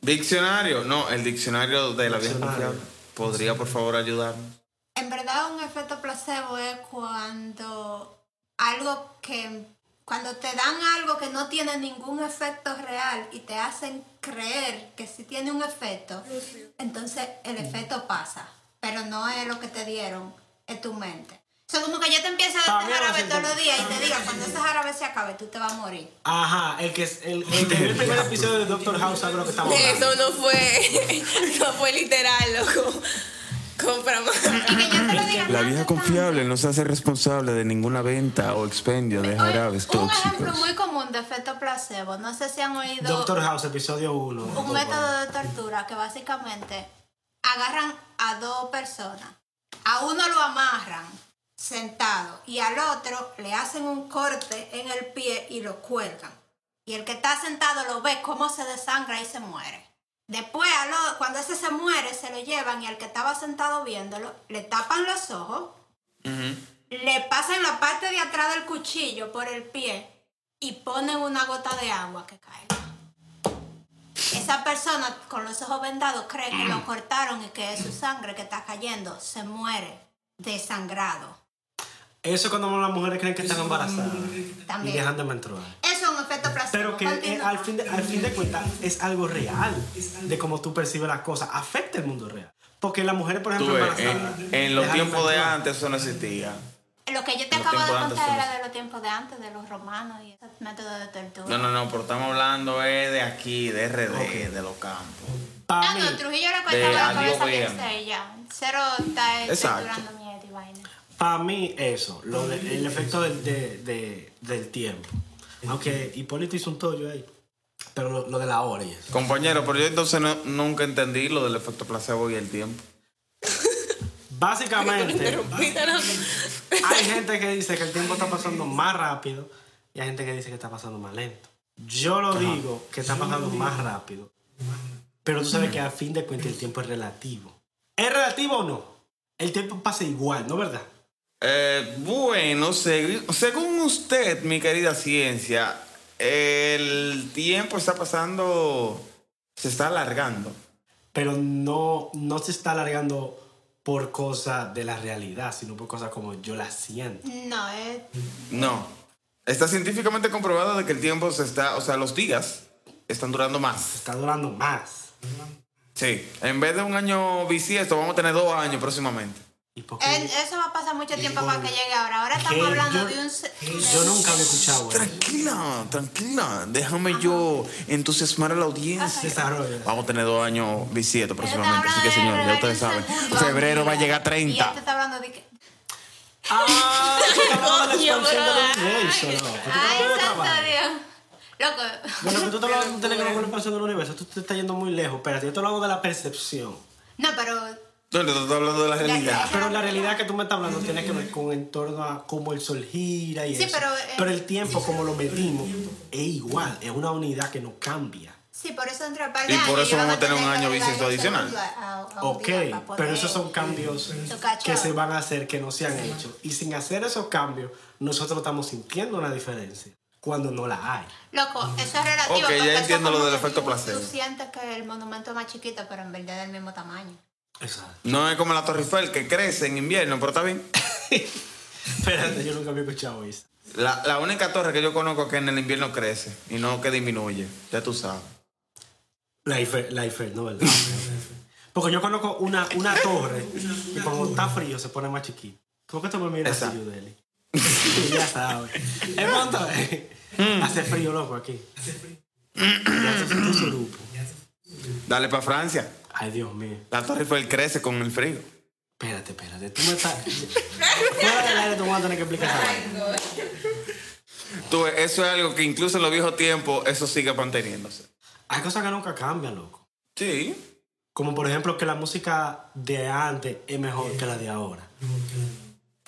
[SPEAKER 2] Diccionario. No, el diccionario de la vieja
[SPEAKER 1] Diccionario.
[SPEAKER 2] confiable. ¿Podría, por favor, ayudarnos?
[SPEAKER 3] En verdad un efecto placebo es cuando algo que cuando te dan algo que no tiene ningún efecto real y te hacen creer que sí tiene un efecto, entonces el efecto pasa, pero no es lo que te dieron, es tu mente. O sea, como que yo te empiezo a dar
[SPEAKER 1] También
[SPEAKER 3] este
[SPEAKER 1] lo
[SPEAKER 3] jarabe
[SPEAKER 1] siento.
[SPEAKER 3] todos los días y te digo, cuando ese jarabe se acabe, tú te vas a morir.
[SPEAKER 1] Ajá, el que es el, el que vio el primer episodio de Doctor House sabe lo que estamos hablando.
[SPEAKER 4] Eso no fue. No fue literal, loco. Compra más.
[SPEAKER 3] Y que yo te lo diga, no, tú estás-
[SPEAKER 2] no se hace responsable de ninguna venta o expendio de
[SPEAKER 3] Oye, un ejemplo muy común de efecto placebo, no sé si han oído...
[SPEAKER 1] Doctor House, episodio 1.
[SPEAKER 3] un método de tortura que básicamente agarran a dos personas. A uno lo amarran sentado y al otro le hacen un corte en el pie y lo cuelgan. Y el que está sentado lo ve cómo se desangra y se muere. Después, al o- cuando ese se muere, se lo llevan y al que estaba sentado viéndolo, le tapan los ojos, le pasan la parte de atrás del cuchillo por el pie y ponen una gota de agua que caiga. Esa persona con los ojos vendados cree que
[SPEAKER 2] Mm.
[SPEAKER 3] lo cortaron y que es su sangre que está cayendo. Se muere desangrado.
[SPEAKER 1] Eso es cuando las mujeres creen que están embarazadas y
[SPEAKER 3] También.
[SPEAKER 1] dejan de menstruar.
[SPEAKER 3] Eso es un efecto placebo.
[SPEAKER 1] Pero que eh,
[SPEAKER 3] Continúa.
[SPEAKER 1] al, fin de, al fin de cuentas es algo real de cómo tú percibes las cosas. Afecta el mundo real. Porque las mujeres, por
[SPEAKER 2] Tú
[SPEAKER 1] ejemplo,
[SPEAKER 2] ves,
[SPEAKER 1] embarazadas.
[SPEAKER 2] en, en los
[SPEAKER 1] dejan
[SPEAKER 2] tiempos de
[SPEAKER 1] menstruar.
[SPEAKER 2] antes eso no existía.
[SPEAKER 3] Lo que yo te
[SPEAKER 2] Los
[SPEAKER 3] acabo de
[SPEAKER 2] tiempos antes
[SPEAKER 3] contar
[SPEAKER 2] son
[SPEAKER 3] era de los tiempos de antes, de los romanos y ese método de tortura.
[SPEAKER 2] No, no, no, pero estamos hablando eh, de aquí, de RD,
[SPEAKER 1] Ok.
[SPEAKER 2] de los campos.
[SPEAKER 1] Pa'
[SPEAKER 3] Ah,
[SPEAKER 1] mí,
[SPEAKER 3] no, Trujillo le
[SPEAKER 2] De
[SPEAKER 3] cortaba la
[SPEAKER 2] adiós,
[SPEAKER 3] cabeza
[SPEAKER 2] vean.
[SPEAKER 3] bien ella. Cero está eh,
[SPEAKER 2] Exacto.
[SPEAKER 3] torturando mierda y vaina.
[SPEAKER 1] Para mí, eso, lo de- el efecto del, de- de- del tiempo. Aunque Hipólito hizo un tollo ahí. Pero lo, lo de la hora y eso.
[SPEAKER 2] Compañero, pero yo entonces no- nunca entendí lo del efecto placebo y el tiempo.
[SPEAKER 1] Básicamente,
[SPEAKER 4] Mira, loco.
[SPEAKER 1] hay gente que dice que el tiempo está pasando más rápido y hay gente que dice que está pasando más lento. Yo lo digo que está pasando más rápido. Pero tú sabes que a fin de cuentas el tiempo es relativo. ¿Es relativo o no? El tiempo pasa igual, ¿no verdad?
[SPEAKER 2] Eh, bueno, segu- según usted, mi querida ciencia, el tiempo está pasando, se está alargando.
[SPEAKER 1] Pero no, no se está alargando por cosas de la realidad, sino por cosas como yo las siento.
[SPEAKER 3] No, es
[SPEAKER 2] No, está científicamente comprobado de que el tiempo se está, o sea, los días están durando más.
[SPEAKER 1] está durando más.
[SPEAKER 2] Sí, en vez de un año bisiesto, vamos a tener dos años próximamente.
[SPEAKER 1] ¿Y por qué?
[SPEAKER 3] En- eso va a pasar mucho tiempo para que llegue ahora. Ahora estamos
[SPEAKER 1] Que
[SPEAKER 3] hablando
[SPEAKER 1] yo-
[SPEAKER 3] de un. se-
[SPEAKER 1] Yo nunca había escuchado eso.
[SPEAKER 2] Tranquila, tranquila, déjame yo entusiasmar a la audiencia.
[SPEAKER 1] Desarrolla.
[SPEAKER 2] Vamos a tener dos años bisiesto próximamente, así
[SPEAKER 3] próximamente,
[SPEAKER 2] que señores, ya ustedes saben. Febrero va a llegar a
[SPEAKER 3] este
[SPEAKER 2] 30.
[SPEAKER 1] Ah, tú estás hablando de la
[SPEAKER 4] Coño,
[SPEAKER 1] expansión
[SPEAKER 4] pero-
[SPEAKER 1] del universo, loco. Tú estás
[SPEAKER 3] Ay,
[SPEAKER 1] hablando de otra
[SPEAKER 3] santo
[SPEAKER 1] vaina.
[SPEAKER 3] Dios. Loco.
[SPEAKER 1] Bueno, que tú te hablando de la expansión del universo, tú te estás yendo muy lejos. Espérate, yo te hablo de la percepción.
[SPEAKER 3] No, pero.
[SPEAKER 2] No, no, estoy hablando de la realidad.
[SPEAKER 1] Pero la realidad que tú me estás hablando tiene que ver con en torno a cómo el sol gira y
[SPEAKER 3] Sí,
[SPEAKER 1] eso.
[SPEAKER 3] pero, eh,
[SPEAKER 1] el tiempo, como lo medimos, es igual. Es una unidad que no cambia.
[SPEAKER 3] Sí, por eso entre par de
[SPEAKER 2] Y por
[SPEAKER 3] años
[SPEAKER 2] eso
[SPEAKER 3] yo
[SPEAKER 2] vamos a
[SPEAKER 3] voy
[SPEAKER 2] tener un año
[SPEAKER 3] que
[SPEAKER 2] bisiesto
[SPEAKER 3] darle un
[SPEAKER 2] adicional.
[SPEAKER 3] segundo a- a- a un
[SPEAKER 1] Ok,
[SPEAKER 3] día para
[SPEAKER 1] pero
[SPEAKER 3] poder-
[SPEAKER 1] esos son cambios
[SPEAKER 3] Tú cachas.
[SPEAKER 1] que se van a hacer, que no se han hecho. Y sin hacer esos cambios, nosotros estamos sintiendo una diferencia cuando no la hay.
[SPEAKER 3] Loco, eso es relativo.
[SPEAKER 2] Ok, ya
[SPEAKER 3] porque eso
[SPEAKER 2] entiendo lo
[SPEAKER 3] como
[SPEAKER 2] del
[SPEAKER 3] que
[SPEAKER 2] efecto
[SPEAKER 3] tú-
[SPEAKER 2] placebo.
[SPEAKER 3] Tú sientes que el monumento es más chiquito, pero en verdad es del mismo tamaño.
[SPEAKER 1] Exacto.
[SPEAKER 2] No es como la Torre Eiffel que crece en invierno, pero está bien.
[SPEAKER 1] Espérate, yo nunca había escuchado eso.
[SPEAKER 2] La, la única torre que yo conozco que en el invierno crece y no que disminuye, ya tú sabes.
[SPEAKER 1] La Eiffel, la Eiffel, no, ¿verdad? Porque yo conozco una, una torre y cuando está frío se pone más chiquito. ¿Cómo que te voy a mirar así,
[SPEAKER 2] Esa.
[SPEAKER 1] Yudeli? ya sabes. El punto es, eh, hace frío, loco, aquí. Hace frío. Ya se siente su grupo.
[SPEAKER 2] Dale para Francia.
[SPEAKER 1] Ay, Dios mío.
[SPEAKER 2] La torre Eiffel crece con el frío.
[SPEAKER 1] Espérate, espérate. Tú me estás... Fuera del aire tú me vas a tener que explicar esa vaina.
[SPEAKER 2] Tú, ves, eso es algo que incluso en los viejos tiempos eso sigue manteniéndose.
[SPEAKER 1] Hay cosas que nunca cambian, loco.
[SPEAKER 2] Sí.
[SPEAKER 1] Como por ejemplo que la música de antes es mejor que la de ahora.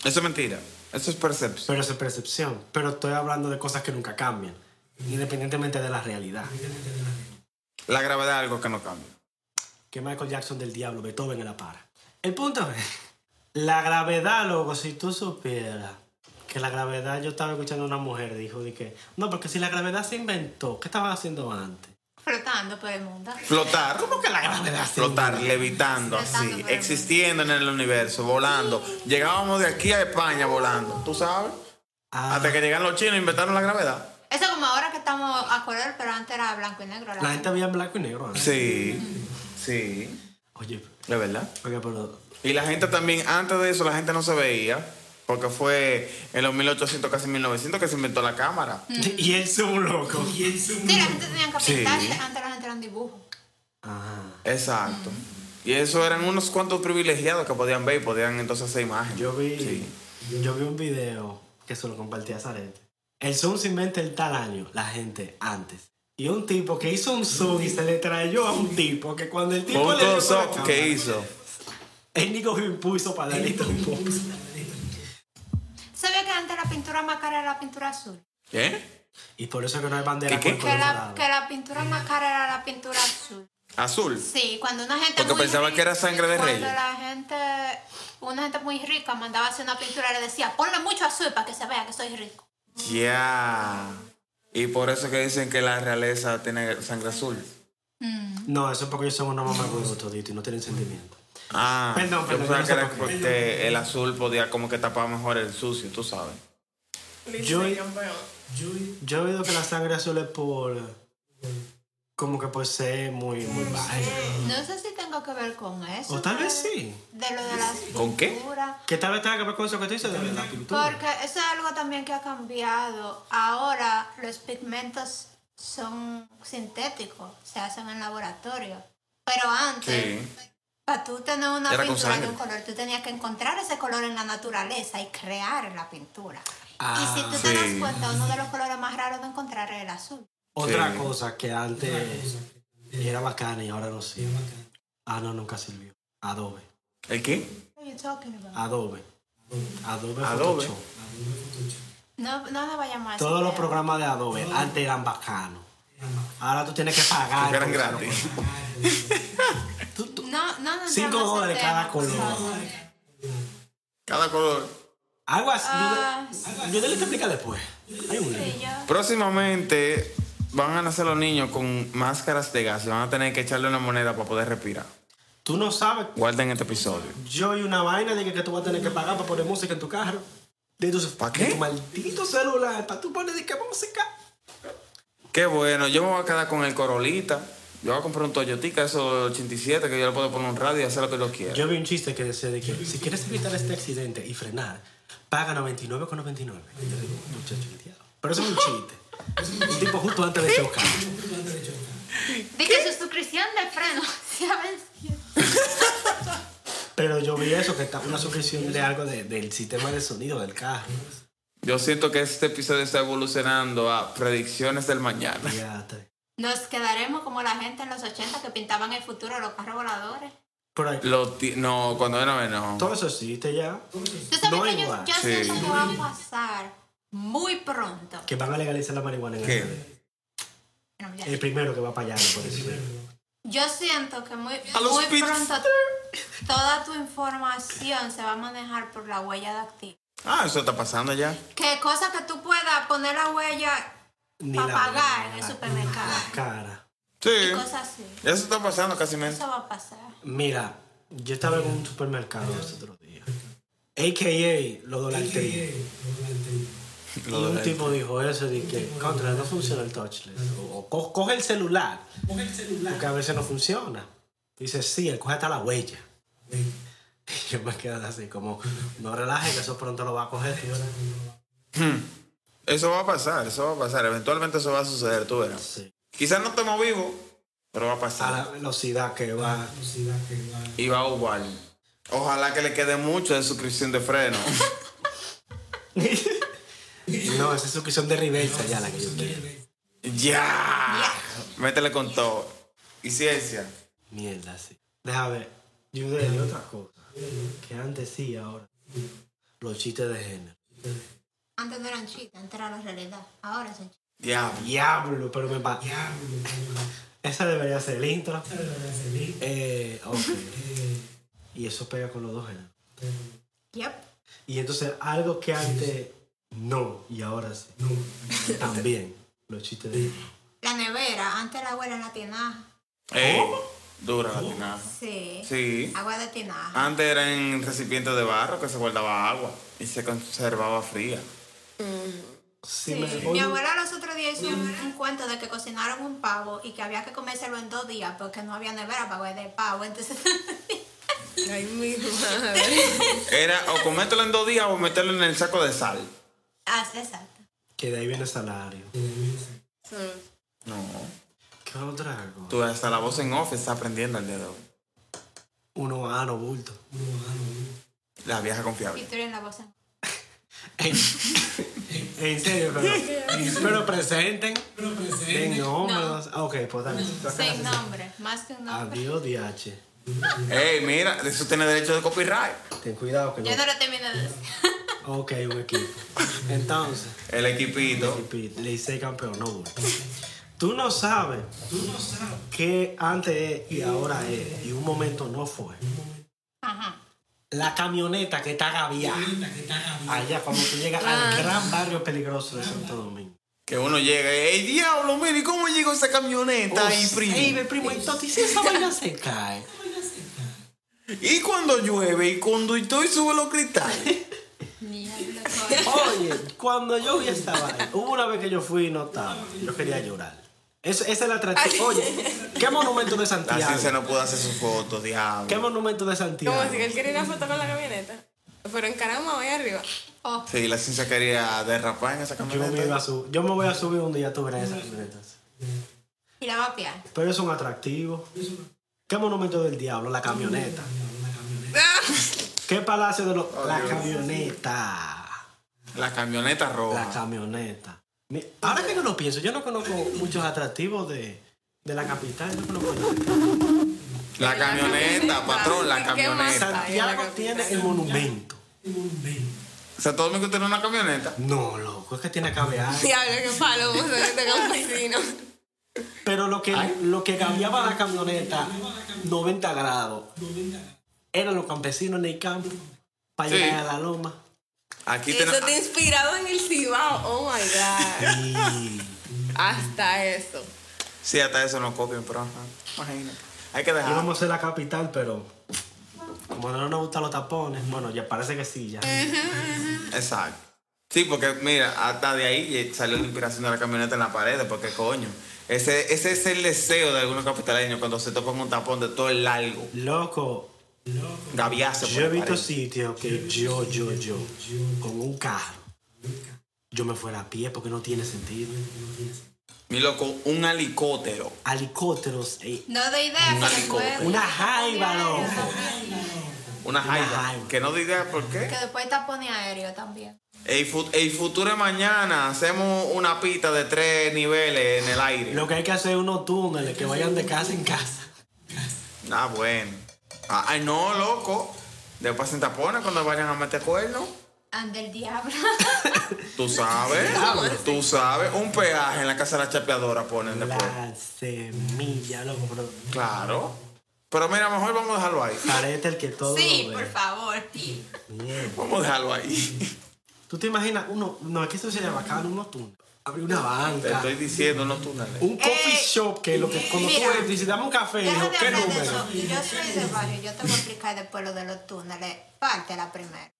[SPEAKER 2] Eso es mentira. Eso es percepción.
[SPEAKER 1] Pero eso es percepción. Pero estoy hablando de cosas que nunca cambian. Independientemente de la realidad.
[SPEAKER 2] La gravedad es algo que no cambia.
[SPEAKER 1] Que Michael Jackson del diablo, Beethoven en la para. El punto es, la gravedad, loco, si tú supieras que la gravedad, yo estaba escuchando a una mujer, dijo de que, no, porque si la gravedad se inventó, ¿qué estaban haciendo antes?
[SPEAKER 3] Flotando por el mundo.
[SPEAKER 2] Flotar.
[SPEAKER 1] ¿Cómo que la gravedad se
[SPEAKER 2] Flotar,
[SPEAKER 1] inventó?
[SPEAKER 2] levitando
[SPEAKER 3] Flotando
[SPEAKER 2] así,
[SPEAKER 3] por el
[SPEAKER 2] existiendo en el universo, volando. Llegábamos de aquí a España volando, tú sabes.
[SPEAKER 1] Ah,
[SPEAKER 2] Hasta que llegan los chinos e inventaron la gravedad.
[SPEAKER 3] Eso como ahora que estamos a color, pero antes era blanco y negro.
[SPEAKER 1] la gente veía en blanco y negro antes.
[SPEAKER 2] Sí, sí,
[SPEAKER 1] Oye,
[SPEAKER 2] de verdad.
[SPEAKER 1] oiga, pero
[SPEAKER 2] Y la gente también, antes de eso, la gente no se veía. Porque fue en los 1800, casi 1900, que se inventó la cámara.
[SPEAKER 1] Y el zoom, loco. Y el zoom.
[SPEAKER 3] Mm. Sí, la gente tenía que
[SPEAKER 2] Sí.
[SPEAKER 3] pintarse, antes la gente era un dibujo.
[SPEAKER 2] Exacto. Y eso eran unos cuantos privilegiados que podían ver y podían entonces hacer imágenes.
[SPEAKER 1] Yo vi,
[SPEAKER 2] Sí.
[SPEAKER 1] yo vi un video que se lo compartí a Zarete. El zoom se inventa el tal año, la gente, antes. Y un tipo que hizo un zoom y se le trayó a un tipo que cuando el tipo
[SPEAKER 2] Fue un
[SPEAKER 1] le dio con la
[SPEAKER 2] close-up que
[SPEAKER 1] cámara,
[SPEAKER 2] hizo.
[SPEAKER 1] él ni cogió impulso para darle un poco.
[SPEAKER 3] ¿Sabía que antes la pintura más cara era la pintura azul?
[SPEAKER 2] ¿Qué?
[SPEAKER 1] Y por eso es que no hay bandera
[SPEAKER 2] ¿Qué, qué?
[SPEAKER 1] con
[SPEAKER 3] Que
[SPEAKER 1] color
[SPEAKER 3] la,
[SPEAKER 1] morado.
[SPEAKER 3] que la pintura más cara era la pintura azul.
[SPEAKER 2] Azul.
[SPEAKER 3] Sí, cuando una gente
[SPEAKER 2] Porque
[SPEAKER 3] muy
[SPEAKER 2] pensaba
[SPEAKER 3] rica-
[SPEAKER 2] que era sangre de
[SPEAKER 3] cuando
[SPEAKER 2] reyes.
[SPEAKER 3] la gente, una gente muy rica mandaba hacer una pintura y le decía, ponle mucho azul para que se vea que soy rico.
[SPEAKER 2] Ya. Y por eso que dicen que la realeza tiene sangre azul.
[SPEAKER 1] No, eso es porque ellos son unos mamagüevos toditos y no tienen sentimiento.
[SPEAKER 2] Ah,
[SPEAKER 1] Perdón,
[SPEAKER 2] yo
[SPEAKER 1] perdón,
[SPEAKER 2] pensaba
[SPEAKER 1] no
[SPEAKER 2] que
[SPEAKER 1] sé
[SPEAKER 2] era
[SPEAKER 1] por qué.
[SPEAKER 2] porque el azul podía como que tapar mejor el sucio, tú sabes.
[SPEAKER 1] Yo- Yo he oído que la sangre azul es por... Como que pues ser muy, muy baja.
[SPEAKER 3] No sé si tengo que ver con eso.
[SPEAKER 1] O tal
[SPEAKER 3] pero-
[SPEAKER 1] vez sí.
[SPEAKER 3] De lo de las
[SPEAKER 2] ¿Con qué?
[SPEAKER 3] pinturas.
[SPEAKER 1] Que tal vez tenga que ver con eso que tú dices de la pintura.
[SPEAKER 3] Porque eso es algo también que ha cambiado. Ahora los pigmentos son sintéticos, se hacen en laboratorio. Pero antes,
[SPEAKER 2] Sí.
[SPEAKER 3] para tú tener una
[SPEAKER 2] Era con
[SPEAKER 3] pintura de un
[SPEAKER 2] sangre.
[SPEAKER 3] color, tú tenías que encontrar ese color en la naturaleza y crear la pintura.
[SPEAKER 1] Ah,
[SPEAKER 3] y si tú te das
[SPEAKER 2] sí.
[SPEAKER 3] cuenta, uno de los colores más raros de encontrar es el azul.
[SPEAKER 1] Otra
[SPEAKER 2] Sí.
[SPEAKER 1] cosa que antes era bacana y ahora no sirve. Ah, no, nunca sirvió. Adobe.
[SPEAKER 2] ¿El qué?
[SPEAKER 3] What are you talking about?
[SPEAKER 1] Adobe. Adobe,
[SPEAKER 2] Adobe.
[SPEAKER 1] Photoshop.
[SPEAKER 3] No, no nos vayamos a
[SPEAKER 1] Todos
[SPEAKER 3] ese
[SPEAKER 1] los
[SPEAKER 3] tema.
[SPEAKER 1] programas de Adobe antes eran bacanos. Ahora tú tienes que pagar.
[SPEAKER 2] Porque eran
[SPEAKER 1] por usarlo.
[SPEAKER 2] gratis.
[SPEAKER 1] Tú- tú-
[SPEAKER 3] No, no, no.
[SPEAKER 1] Cinco
[SPEAKER 3] entramos en
[SPEAKER 1] dólares
[SPEAKER 3] ese
[SPEAKER 1] cada
[SPEAKER 3] tema,
[SPEAKER 1] color.
[SPEAKER 3] por favor.
[SPEAKER 2] Cada color.
[SPEAKER 1] Algo así.
[SPEAKER 3] Ah,
[SPEAKER 1] yo, yo te lo explico después. Hay un
[SPEAKER 3] Sí,
[SPEAKER 1] libro.
[SPEAKER 3] yo-
[SPEAKER 2] Próximamente van a nacer los niños con máscaras de gas y van a tener que echarle una moneda para poder respirar.
[SPEAKER 1] Tú no sabes.
[SPEAKER 2] Guarden este episodio.
[SPEAKER 1] Yo y una vaina de que, que tú vas a tener que pagar para poner música en tu carro. De tu,
[SPEAKER 2] ¿Pa'
[SPEAKER 1] de
[SPEAKER 2] qué?
[SPEAKER 1] tu maldito celular. Para tú poner de qué música.
[SPEAKER 2] Qué bueno, yo me voy a quedar con el Corolita. Yo voy a comprar un Toyotica, eso 87, que yo le puedo poner un radio y hacer lo que yo quiera.
[SPEAKER 1] Yo vi un chiste que decía de que si quieres evitar este accidente y frenar, paga 99,99. Muchacho, el diablo. Pero eso es un chiste. Un tipo justo antes de chocar.
[SPEAKER 3] Dije que su suscripción de freno. se ha vencido.
[SPEAKER 1] Pero yo vi eso, que está una suscripción de algo de- del sistema de sonido del carro.
[SPEAKER 2] Yo siento que este episodio está evolucionando a predicciones del mañana.
[SPEAKER 1] Fíjate.
[SPEAKER 3] Nos quedaremos como la gente en los 80 que pintaban el futuro de los carros voladores.
[SPEAKER 1] Pero ahí-
[SPEAKER 2] Lo ti- no, cuando era menos.
[SPEAKER 1] todo eso existe ya.
[SPEAKER 3] Tú sabes
[SPEAKER 1] No
[SPEAKER 3] que yo,
[SPEAKER 1] igual.
[SPEAKER 3] yo
[SPEAKER 2] Sí.
[SPEAKER 3] siento que va a pasar muy pronto.
[SPEAKER 1] Que van a legalizar la marihuana en el
[SPEAKER 2] ¿Qué?
[SPEAKER 1] país.
[SPEAKER 3] Bueno, ya.
[SPEAKER 1] El primero que va para allá, por eso.
[SPEAKER 3] Yo siento que muy,
[SPEAKER 2] A los
[SPEAKER 3] muy
[SPEAKER 2] pits.
[SPEAKER 3] pronto toda tu información se va a manejar por la huella dactil.
[SPEAKER 2] Ah, eso está pasando ya.
[SPEAKER 3] Que cosa que tú puedas poner la huella
[SPEAKER 1] Ni
[SPEAKER 3] para pagar en el
[SPEAKER 1] la
[SPEAKER 3] supermercado.
[SPEAKER 1] cara.
[SPEAKER 2] Sí.
[SPEAKER 3] Y cosas así.
[SPEAKER 2] Eso está pasando casi menos.
[SPEAKER 3] Eso va a pasar.
[SPEAKER 1] Mira, yo estaba en un supermercado los otros días. AKA los dolantes. Y
[SPEAKER 2] Los
[SPEAKER 1] un
[SPEAKER 2] dolantes.
[SPEAKER 1] tipo dijo eso, de que, contra, no funciona el touchless. O, o co- coge el celular,
[SPEAKER 5] Coge el celular.
[SPEAKER 1] porque a veces no funciona. Dice, sí, él coge hasta la huella. Y yo me quedé así como, no relajes, que eso pronto lo va a coger.
[SPEAKER 2] Eso va a pasar, eso va a pasar. Eventualmente eso va a suceder, tú verás.
[SPEAKER 1] Sí.
[SPEAKER 2] Quizás no estemos vivos, pero va a
[SPEAKER 1] A
[SPEAKER 2] pasar.
[SPEAKER 1] la velocidad que va.
[SPEAKER 5] Velocidad que va.
[SPEAKER 2] Y va a jugar. Ojalá que le quede mucho de suscripción de freno.
[SPEAKER 1] No, esa es suscripción de reversa ya la que yo quiero.
[SPEAKER 2] ¡Ya! Métele con todo. Y ciencia.
[SPEAKER 1] Mierda, sí. Déjame ver. Yo de de otra cosa. Que antes sí, ahora. Los chistes de género.
[SPEAKER 3] Antes no eran chistes, antes era la realidad. Ahora son chistes.
[SPEAKER 2] Diablo.
[SPEAKER 1] Diablo, pero me pa...
[SPEAKER 5] Diablo,
[SPEAKER 1] Esa debería ser el intro.
[SPEAKER 5] diablo, diablo.
[SPEAKER 1] Eh, ok. Y eso pega con los dos géneros.
[SPEAKER 3] Yep.
[SPEAKER 1] Y entonces algo que antes no y ahora sí. También los chistes de género.
[SPEAKER 3] La nevera, antes la abuela era tinaja.
[SPEAKER 2] Ey, dura la tinaja.
[SPEAKER 3] Sí.
[SPEAKER 2] Sí. Ah,
[SPEAKER 3] Agua de tinaja.
[SPEAKER 2] Antes era en recipientes de barro que se guardaba agua y se conservaba fría.
[SPEAKER 1] Si
[SPEAKER 3] Sí.
[SPEAKER 1] me
[SPEAKER 3] Mi
[SPEAKER 1] oye-
[SPEAKER 3] abuela los otros días hizo un, un cuento de que cocinaron un pavo y que había que comérselo en dos días porque no había nevera para guardar el pavo. Entonces,
[SPEAKER 4] Ay, mi madre.
[SPEAKER 2] Era o comértelo en dos días o meterlo en el saco de sal.
[SPEAKER 3] ah, exacto.
[SPEAKER 1] Que de ahí viene el salario.
[SPEAKER 2] No.
[SPEAKER 1] ¿Qué otra cosa?
[SPEAKER 2] Tú hasta la voz en off estás aprendiendo el dedo.
[SPEAKER 1] Uno ah, no bulto.
[SPEAKER 2] La vieja
[SPEAKER 3] Y
[SPEAKER 2] confiable.
[SPEAKER 3] tú eres la voz. en-
[SPEAKER 1] En, en serio, pero, pero presenten. En hombres. Ah, Ok, pues dale.
[SPEAKER 3] Sin nombre, más que un nombre.
[SPEAKER 1] Adiós, DH.
[SPEAKER 2] Ey, mira, eso tiene derecho de copyright.
[SPEAKER 1] Ten cuidado que no.
[SPEAKER 3] Yo no lo terminé de decir.
[SPEAKER 1] Ok, un equipo. Entonces,
[SPEAKER 2] El equipito.
[SPEAKER 1] le hice campeón, no, güey. Tú no sabes qué antes es y ahora es. Y un momento no fue.
[SPEAKER 3] Ajá.
[SPEAKER 1] La camioneta que está gaviada. Ah. Allá, cuando tú llegas al gran barrio peligroso de Santo Domingo.
[SPEAKER 2] Que uno llega y, ¡ey, diablo! Mire, ¿cómo llegó esa camioneta ahí,
[SPEAKER 1] Oh,
[SPEAKER 2] primo?
[SPEAKER 1] Ey, ve, primo, entonces si esa vaina se cae.
[SPEAKER 2] Y cuando llueve y conductor y sube los cristales.
[SPEAKER 1] Oye, cuando yo vi esta vaina, hubo una vez que yo fui y no estaba. Yo quería llorar. Es, esa es la atractivo. Oye, ¿qué monumento de
[SPEAKER 2] La ciencia
[SPEAKER 1] Santiago?
[SPEAKER 2] no pudo hacer sus fotos,
[SPEAKER 1] ¿Qué
[SPEAKER 2] diablo.
[SPEAKER 1] monumento de Santiago?
[SPEAKER 4] Como si él quería una foto con la camioneta. Pero en caramba, voy arriba.
[SPEAKER 3] Oh,
[SPEAKER 2] Sí, la ciencia quería derrapar en esa
[SPEAKER 1] Yo me, iba
[SPEAKER 2] camioneta.
[SPEAKER 1] a sub- yo me voy a subir un día tú verás esas camionetas.
[SPEAKER 3] y la va a piar.
[SPEAKER 1] Pero es un atractivo. ¿Qué monumento del diablo? La camioneta.
[SPEAKER 4] Ah,
[SPEAKER 1] ¿Qué palacio de los.? la
[SPEAKER 2] Dios.
[SPEAKER 1] camioneta.
[SPEAKER 2] La camioneta
[SPEAKER 1] La
[SPEAKER 2] roja.
[SPEAKER 1] camioneta. Mi- Ahora que yo lo pienso, yo no conozco muchos atractivos de, de la capital. Yo no conozco.
[SPEAKER 2] La camioneta, patrón, la
[SPEAKER 4] ¿Qué
[SPEAKER 2] camioneta.
[SPEAKER 4] más? Ay, en la
[SPEAKER 1] Santiago
[SPEAKER 4] capital.
[SPEAKER 1] tiene el monumento.
[SPEAKER 2] Santo Domingo tiene una camioneta.
[SPEAKER 1] No, loco, es que tiene caviar.
[SPEAKER 4] Diablo, qué palo, vos que te campesino.
[SPEAKER 1] Pero lo que, lo que cambiaba la camioneta 90 grados eran los campesinos en el campo para
[SPEAKER 2] Sí.
[SPEAKER 1] llegar a la loma.
[SPEAKER 2] Aquí
[SPEAKER 4] Eso
[SPEAKER 2] tenemos.
[SPEAKER 4] te inspirado en el Cibao. Oh my God.
[SPEAKER 1] Y
[SPEAKER 4] Hasta eso.
[SPEAKER 2] Sí, hasta eso no copian, pero ajá. Imagínate. Hay que dejar.
[SPEAKER 1] íbamos a ser la capital, pero como no nos gustan los tapones, bueno, ya parece que sí, ya.
[SPEAKER 2] Exacto. Sí, porque mira, hasta de ahí salió la inspiración de la camioneta en la pared, porque coño. Ese, ese es el deseo de algunos capitaleños cuando se topan un tapón de todo el largo.
[SPEAKER 1] Loco,
[SPEAKER 2] Gaviazo. por
[SPEAKER 1] yo he
[SPEAKER 2] la
[SPEAKER 1] visto
[SPEAKER 2] pared.
[SPEAKER 1] sitios que yo, yo, yo, con un carro, yo me fuera a pie porque no tiene sentido.
[SPEAKER 2] Mi loco, un helicóptero.
[SPEAKER 1] Helicópteros, eh, ey,
[SPEAKER 3] No de idea,
[SPEAKER 2] Un
[SPEAKER 3] pero
[SPEAKER 2] helicóptero.
[SPEAKER 3] puede-
[SPEAKER 1] una jaiba, loco.
[SPEAKER 2] Una jaiba.
[SPEAKER 1] jaiba.
[SPEAKER 2] Que no diga por qué.
[SPEAKER 3] Que después está pone aéreo también.
[SPEAKER 2] El, fu- el futuro de mañana hacemos una pista de tres niveles en el aire.
[SPEAKER 1] Lo que hay que hacer es unos túneles que vayan de casa en casa.
[SPEAKER 2] Ah, bueno. Ah, Ay, no, loco. Después se tapones cuando vayan a meter cuerno.
[SPEAKER 3] Ande el diablo.
[SPEAKER 2] Tú sabes. Tú sabes. Un peaje en la casa de la chapeadora ponen después.
[SPEAKER 1] La semilla, loco, pero
[SPEAKER 2] Claro. Pero mira, mejor vamos a dejarlo ahí.
[SPEAKER 1] parece el que todo
[SPEAKER 3] Sí,
[SPEAKER 1] lo
[SPEAKER 3] por
[SPEAKER 1] ve.
[SPEAKER 3] favor.
[SPEAKER 1] Mierda.
[SPEAKER 2] Vamos a dejarlo ahí.
[SPEAKER 1] ¿Tú te imaginas uno? No, es que eso sería bacano, unos túneles. Abrir una
[SPEAKER 2] Te
[SPEAKER 1] banca.
[SPEAKER 2] estoy diciendo, no túneles.
[SPEAKER 1] Un coffee
[SPEAKER 3] Eh,
[SPEAKER 1] shop que lo que cuando
[SPEAKER 3] mira.
[SPEAKER 1] tú le dices, dame un café,
[SPEAKER 3] Deja
[SPEAKER 1] dijo,
[SPEAKER 3] de
[SPEAKER 1] ¿qué
[SPEAKER 3] hablar de eso.
[SPEAKER 1] número?
[SPEAKER 3] Yo soy de barrio, yo te voy a explicar después lo de los túneles. Parte la primera.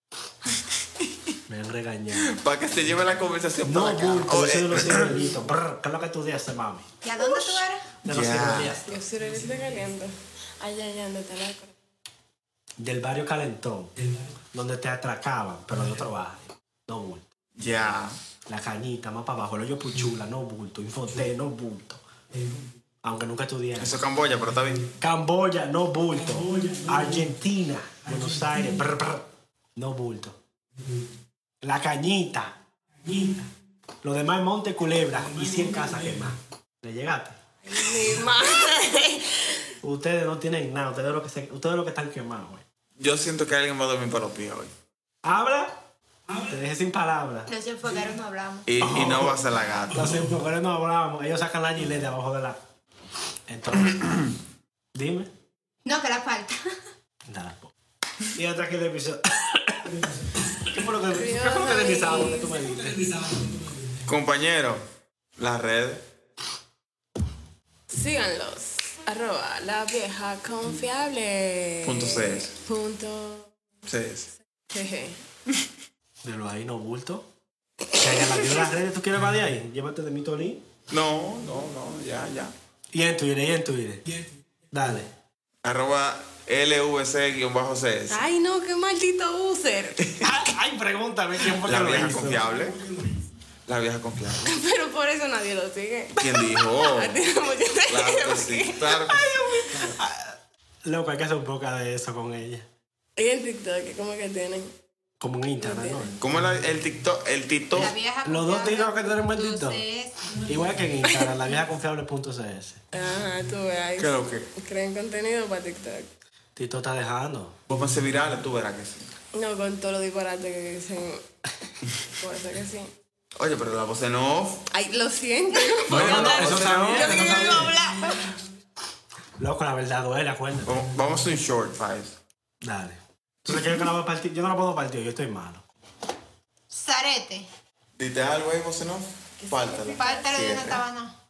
[SPEAKER 1] Me han regañado.
[SPEAKER 2] Para que se lleve la conversación
[SPEAKER 1] No,
[SPEAKER 2] para acá.
[SPEAKER 1] bulto,
[SPEAKER 2] Oh,
[SPEAKER 1] yo soy de los
[SPEAKER 2] eh,
[SPEAKER 1] ciruelitos. Brr, ¿Qué es lo que tú dices, mami?
[SPEAKER 3] ¿Y a dónde tú eres?
[SPEAKER 1] De los
[SPEAKER 2] Ya.
[SPEAKER 1] ciruelitos.
[SPEAKER 4] Yo soy de caliente. Ay, ay, ay, está la cosa.
[SPEAKER 1] Del barrio Calentón, donde te atracaban, pero de otro barrio. No bulto.
[SPEAKER 2] ya.
[SPEAKER 1] La cañita, más para abajo. El hoyo puchula, no bulto. Infoté, no bulto. Aunque nunca estudiaras.
[SPEAKER 2] Eso es Camboya, pero está bien.
[SPEAKER 1] Camboya, no bulto. Argentina, Buenos Aires, brr, brr, no bulto. La cañita. Lo demás es Monte Culebra y 100 casas más. ¿Le llegaste?
[SPEAKER 4] Mi madre.
[SPEAKER 1] Ustedes no tienen nada, ustedes lo que, se- ustedes lo que están quemados, güey.
[SPEAKER 2] Yo siento que alguien va a dormir para los pies hoy.
[SPEAKER 1] Habla, te dejé sin palabras.
[SPEAKER 3] Los enfogueros no hablamos.
[SPEAKER 2] Y, y
[SPEAKER 1] Oh.
[SPEAKER 2] no va a ser la gata.
[SPEAKER 1] Los enfocados no hablamos, ellos sacan la gilet de abajo de la. Entonces, dime.
[SPEAKER 3] No, que la falta.
[SPEAKER 1] Dale, po. Y hasta aquí el episodio. ¿Qué fue lo que, ¿qué fue lo que de mi sábado que tú me dijiste?
[SPEAKER 2] Compañero, las redes.
[SPEAKER 4] Síganlos. Arroba la vieja confiable.
[SPEAKER 2] Punto CS.
[SPEAKER 4] Punto
[SPEAKER 2] Sí.
[SPEAKER 4] GG.
[SPEAKER 1] De lo ahí no bulto. Que haya la las redes, ¿tú quieres más de ahí? Llévate de mi Tolín.
[SPEAKER 2] No, no, no, ya, ya.
[SPEAKER 1] Y en Twitter, y en Twitter. Dale.
[SPEAKER 2] Arroba LVC-CS.
[SPEAKER 1] Ah,
[SPEAKER 4] Ay, no, qué maldito user.
[SPEAKER 1] Ay, pregúntame quién fue que
[SPEAKER 2] La
[SPEAKER 1] lo
[SPEAKER 2] vieja
[SPEAKER 1] hizo?
[SPEAKER 2] confiable. La vieja confiable.
[SPEAKER 4] Pero por eso nadie lo sigue.
[SPEAKER 2] ¿Quién dijo?
[SPEAKER 4] A ti no, yo te
[SPEAKER 2] Claro que
[SPEAKER 4] digo
[SPEAKER 2] sí,
[SPEAKER 4] que-
[SPEAKER 2] claro que sí.
[SPEAKER 1] Loco, hay que hacer un poco de eso con ella.
[SPEAKER 4] Y en TikTok, ¿cómo que tienen?
[SPEAKER 1] Como en internet, ¿no?
[SPEAKER 2] ¿Cómo era el TikTok? El TikTok.
[SPEAKER 3] La vieja
[SPEAKER 1] Oh, Los dos
[SPEAKER 3] confiable,
[SPEAKER 1] TikTok que tenemos en
[SPEAKER 3] tú
[SPEAKER 1] TikTok.
[SPEAKER 3] sí es-
[SPEAKER 1] Igual que en Instagram, la vieja confiable.cs.
[SPEAKER 4] Ajá, ah, tú veas.
[SPEAKER 2] ¿Qué es lo que?
[SPEAKER 4] Creen contenido para TikTok.
[SPEAKER 1] Tito está dejando.
[SPEAKER 2] Vos vas a ser viral, tú verás que sí.
[SPEAKER 4] No, con todo lo disparate que dicen. Por eso que sí.
[SPEAKER 2] Oye, pero la voz en off.
[SPEAKER 4] Ay, lo siento.
[SPEAKER 2] No, no, no,
[SPEAKER 1] eso
[SPEAKER 2] eso
[SPEAKER 1] sabía,
[SPEAKER 4] Yo
[SPEAKER 1] eso
[SPEAKER 4] que yo
[SPEAKER 1] sabía.
[SPEAKER 4] iba a hablar.
[SPEAKER 1] Loco, la verdad duele, acuérdate.
[SPEAKER 2] Vamos vamos a hacer un short, five.
[SPEAKER 1] Dale. ¿Tú no quieres que la voy a partir? Yo no la puedo partir, yo estoy malo.
[SPEAKER 3] Zarete.
[SPEAKER 2] Dite algo ahí, voz en off. Falta.
[SPEAKER 3] Pártalo de una tabana.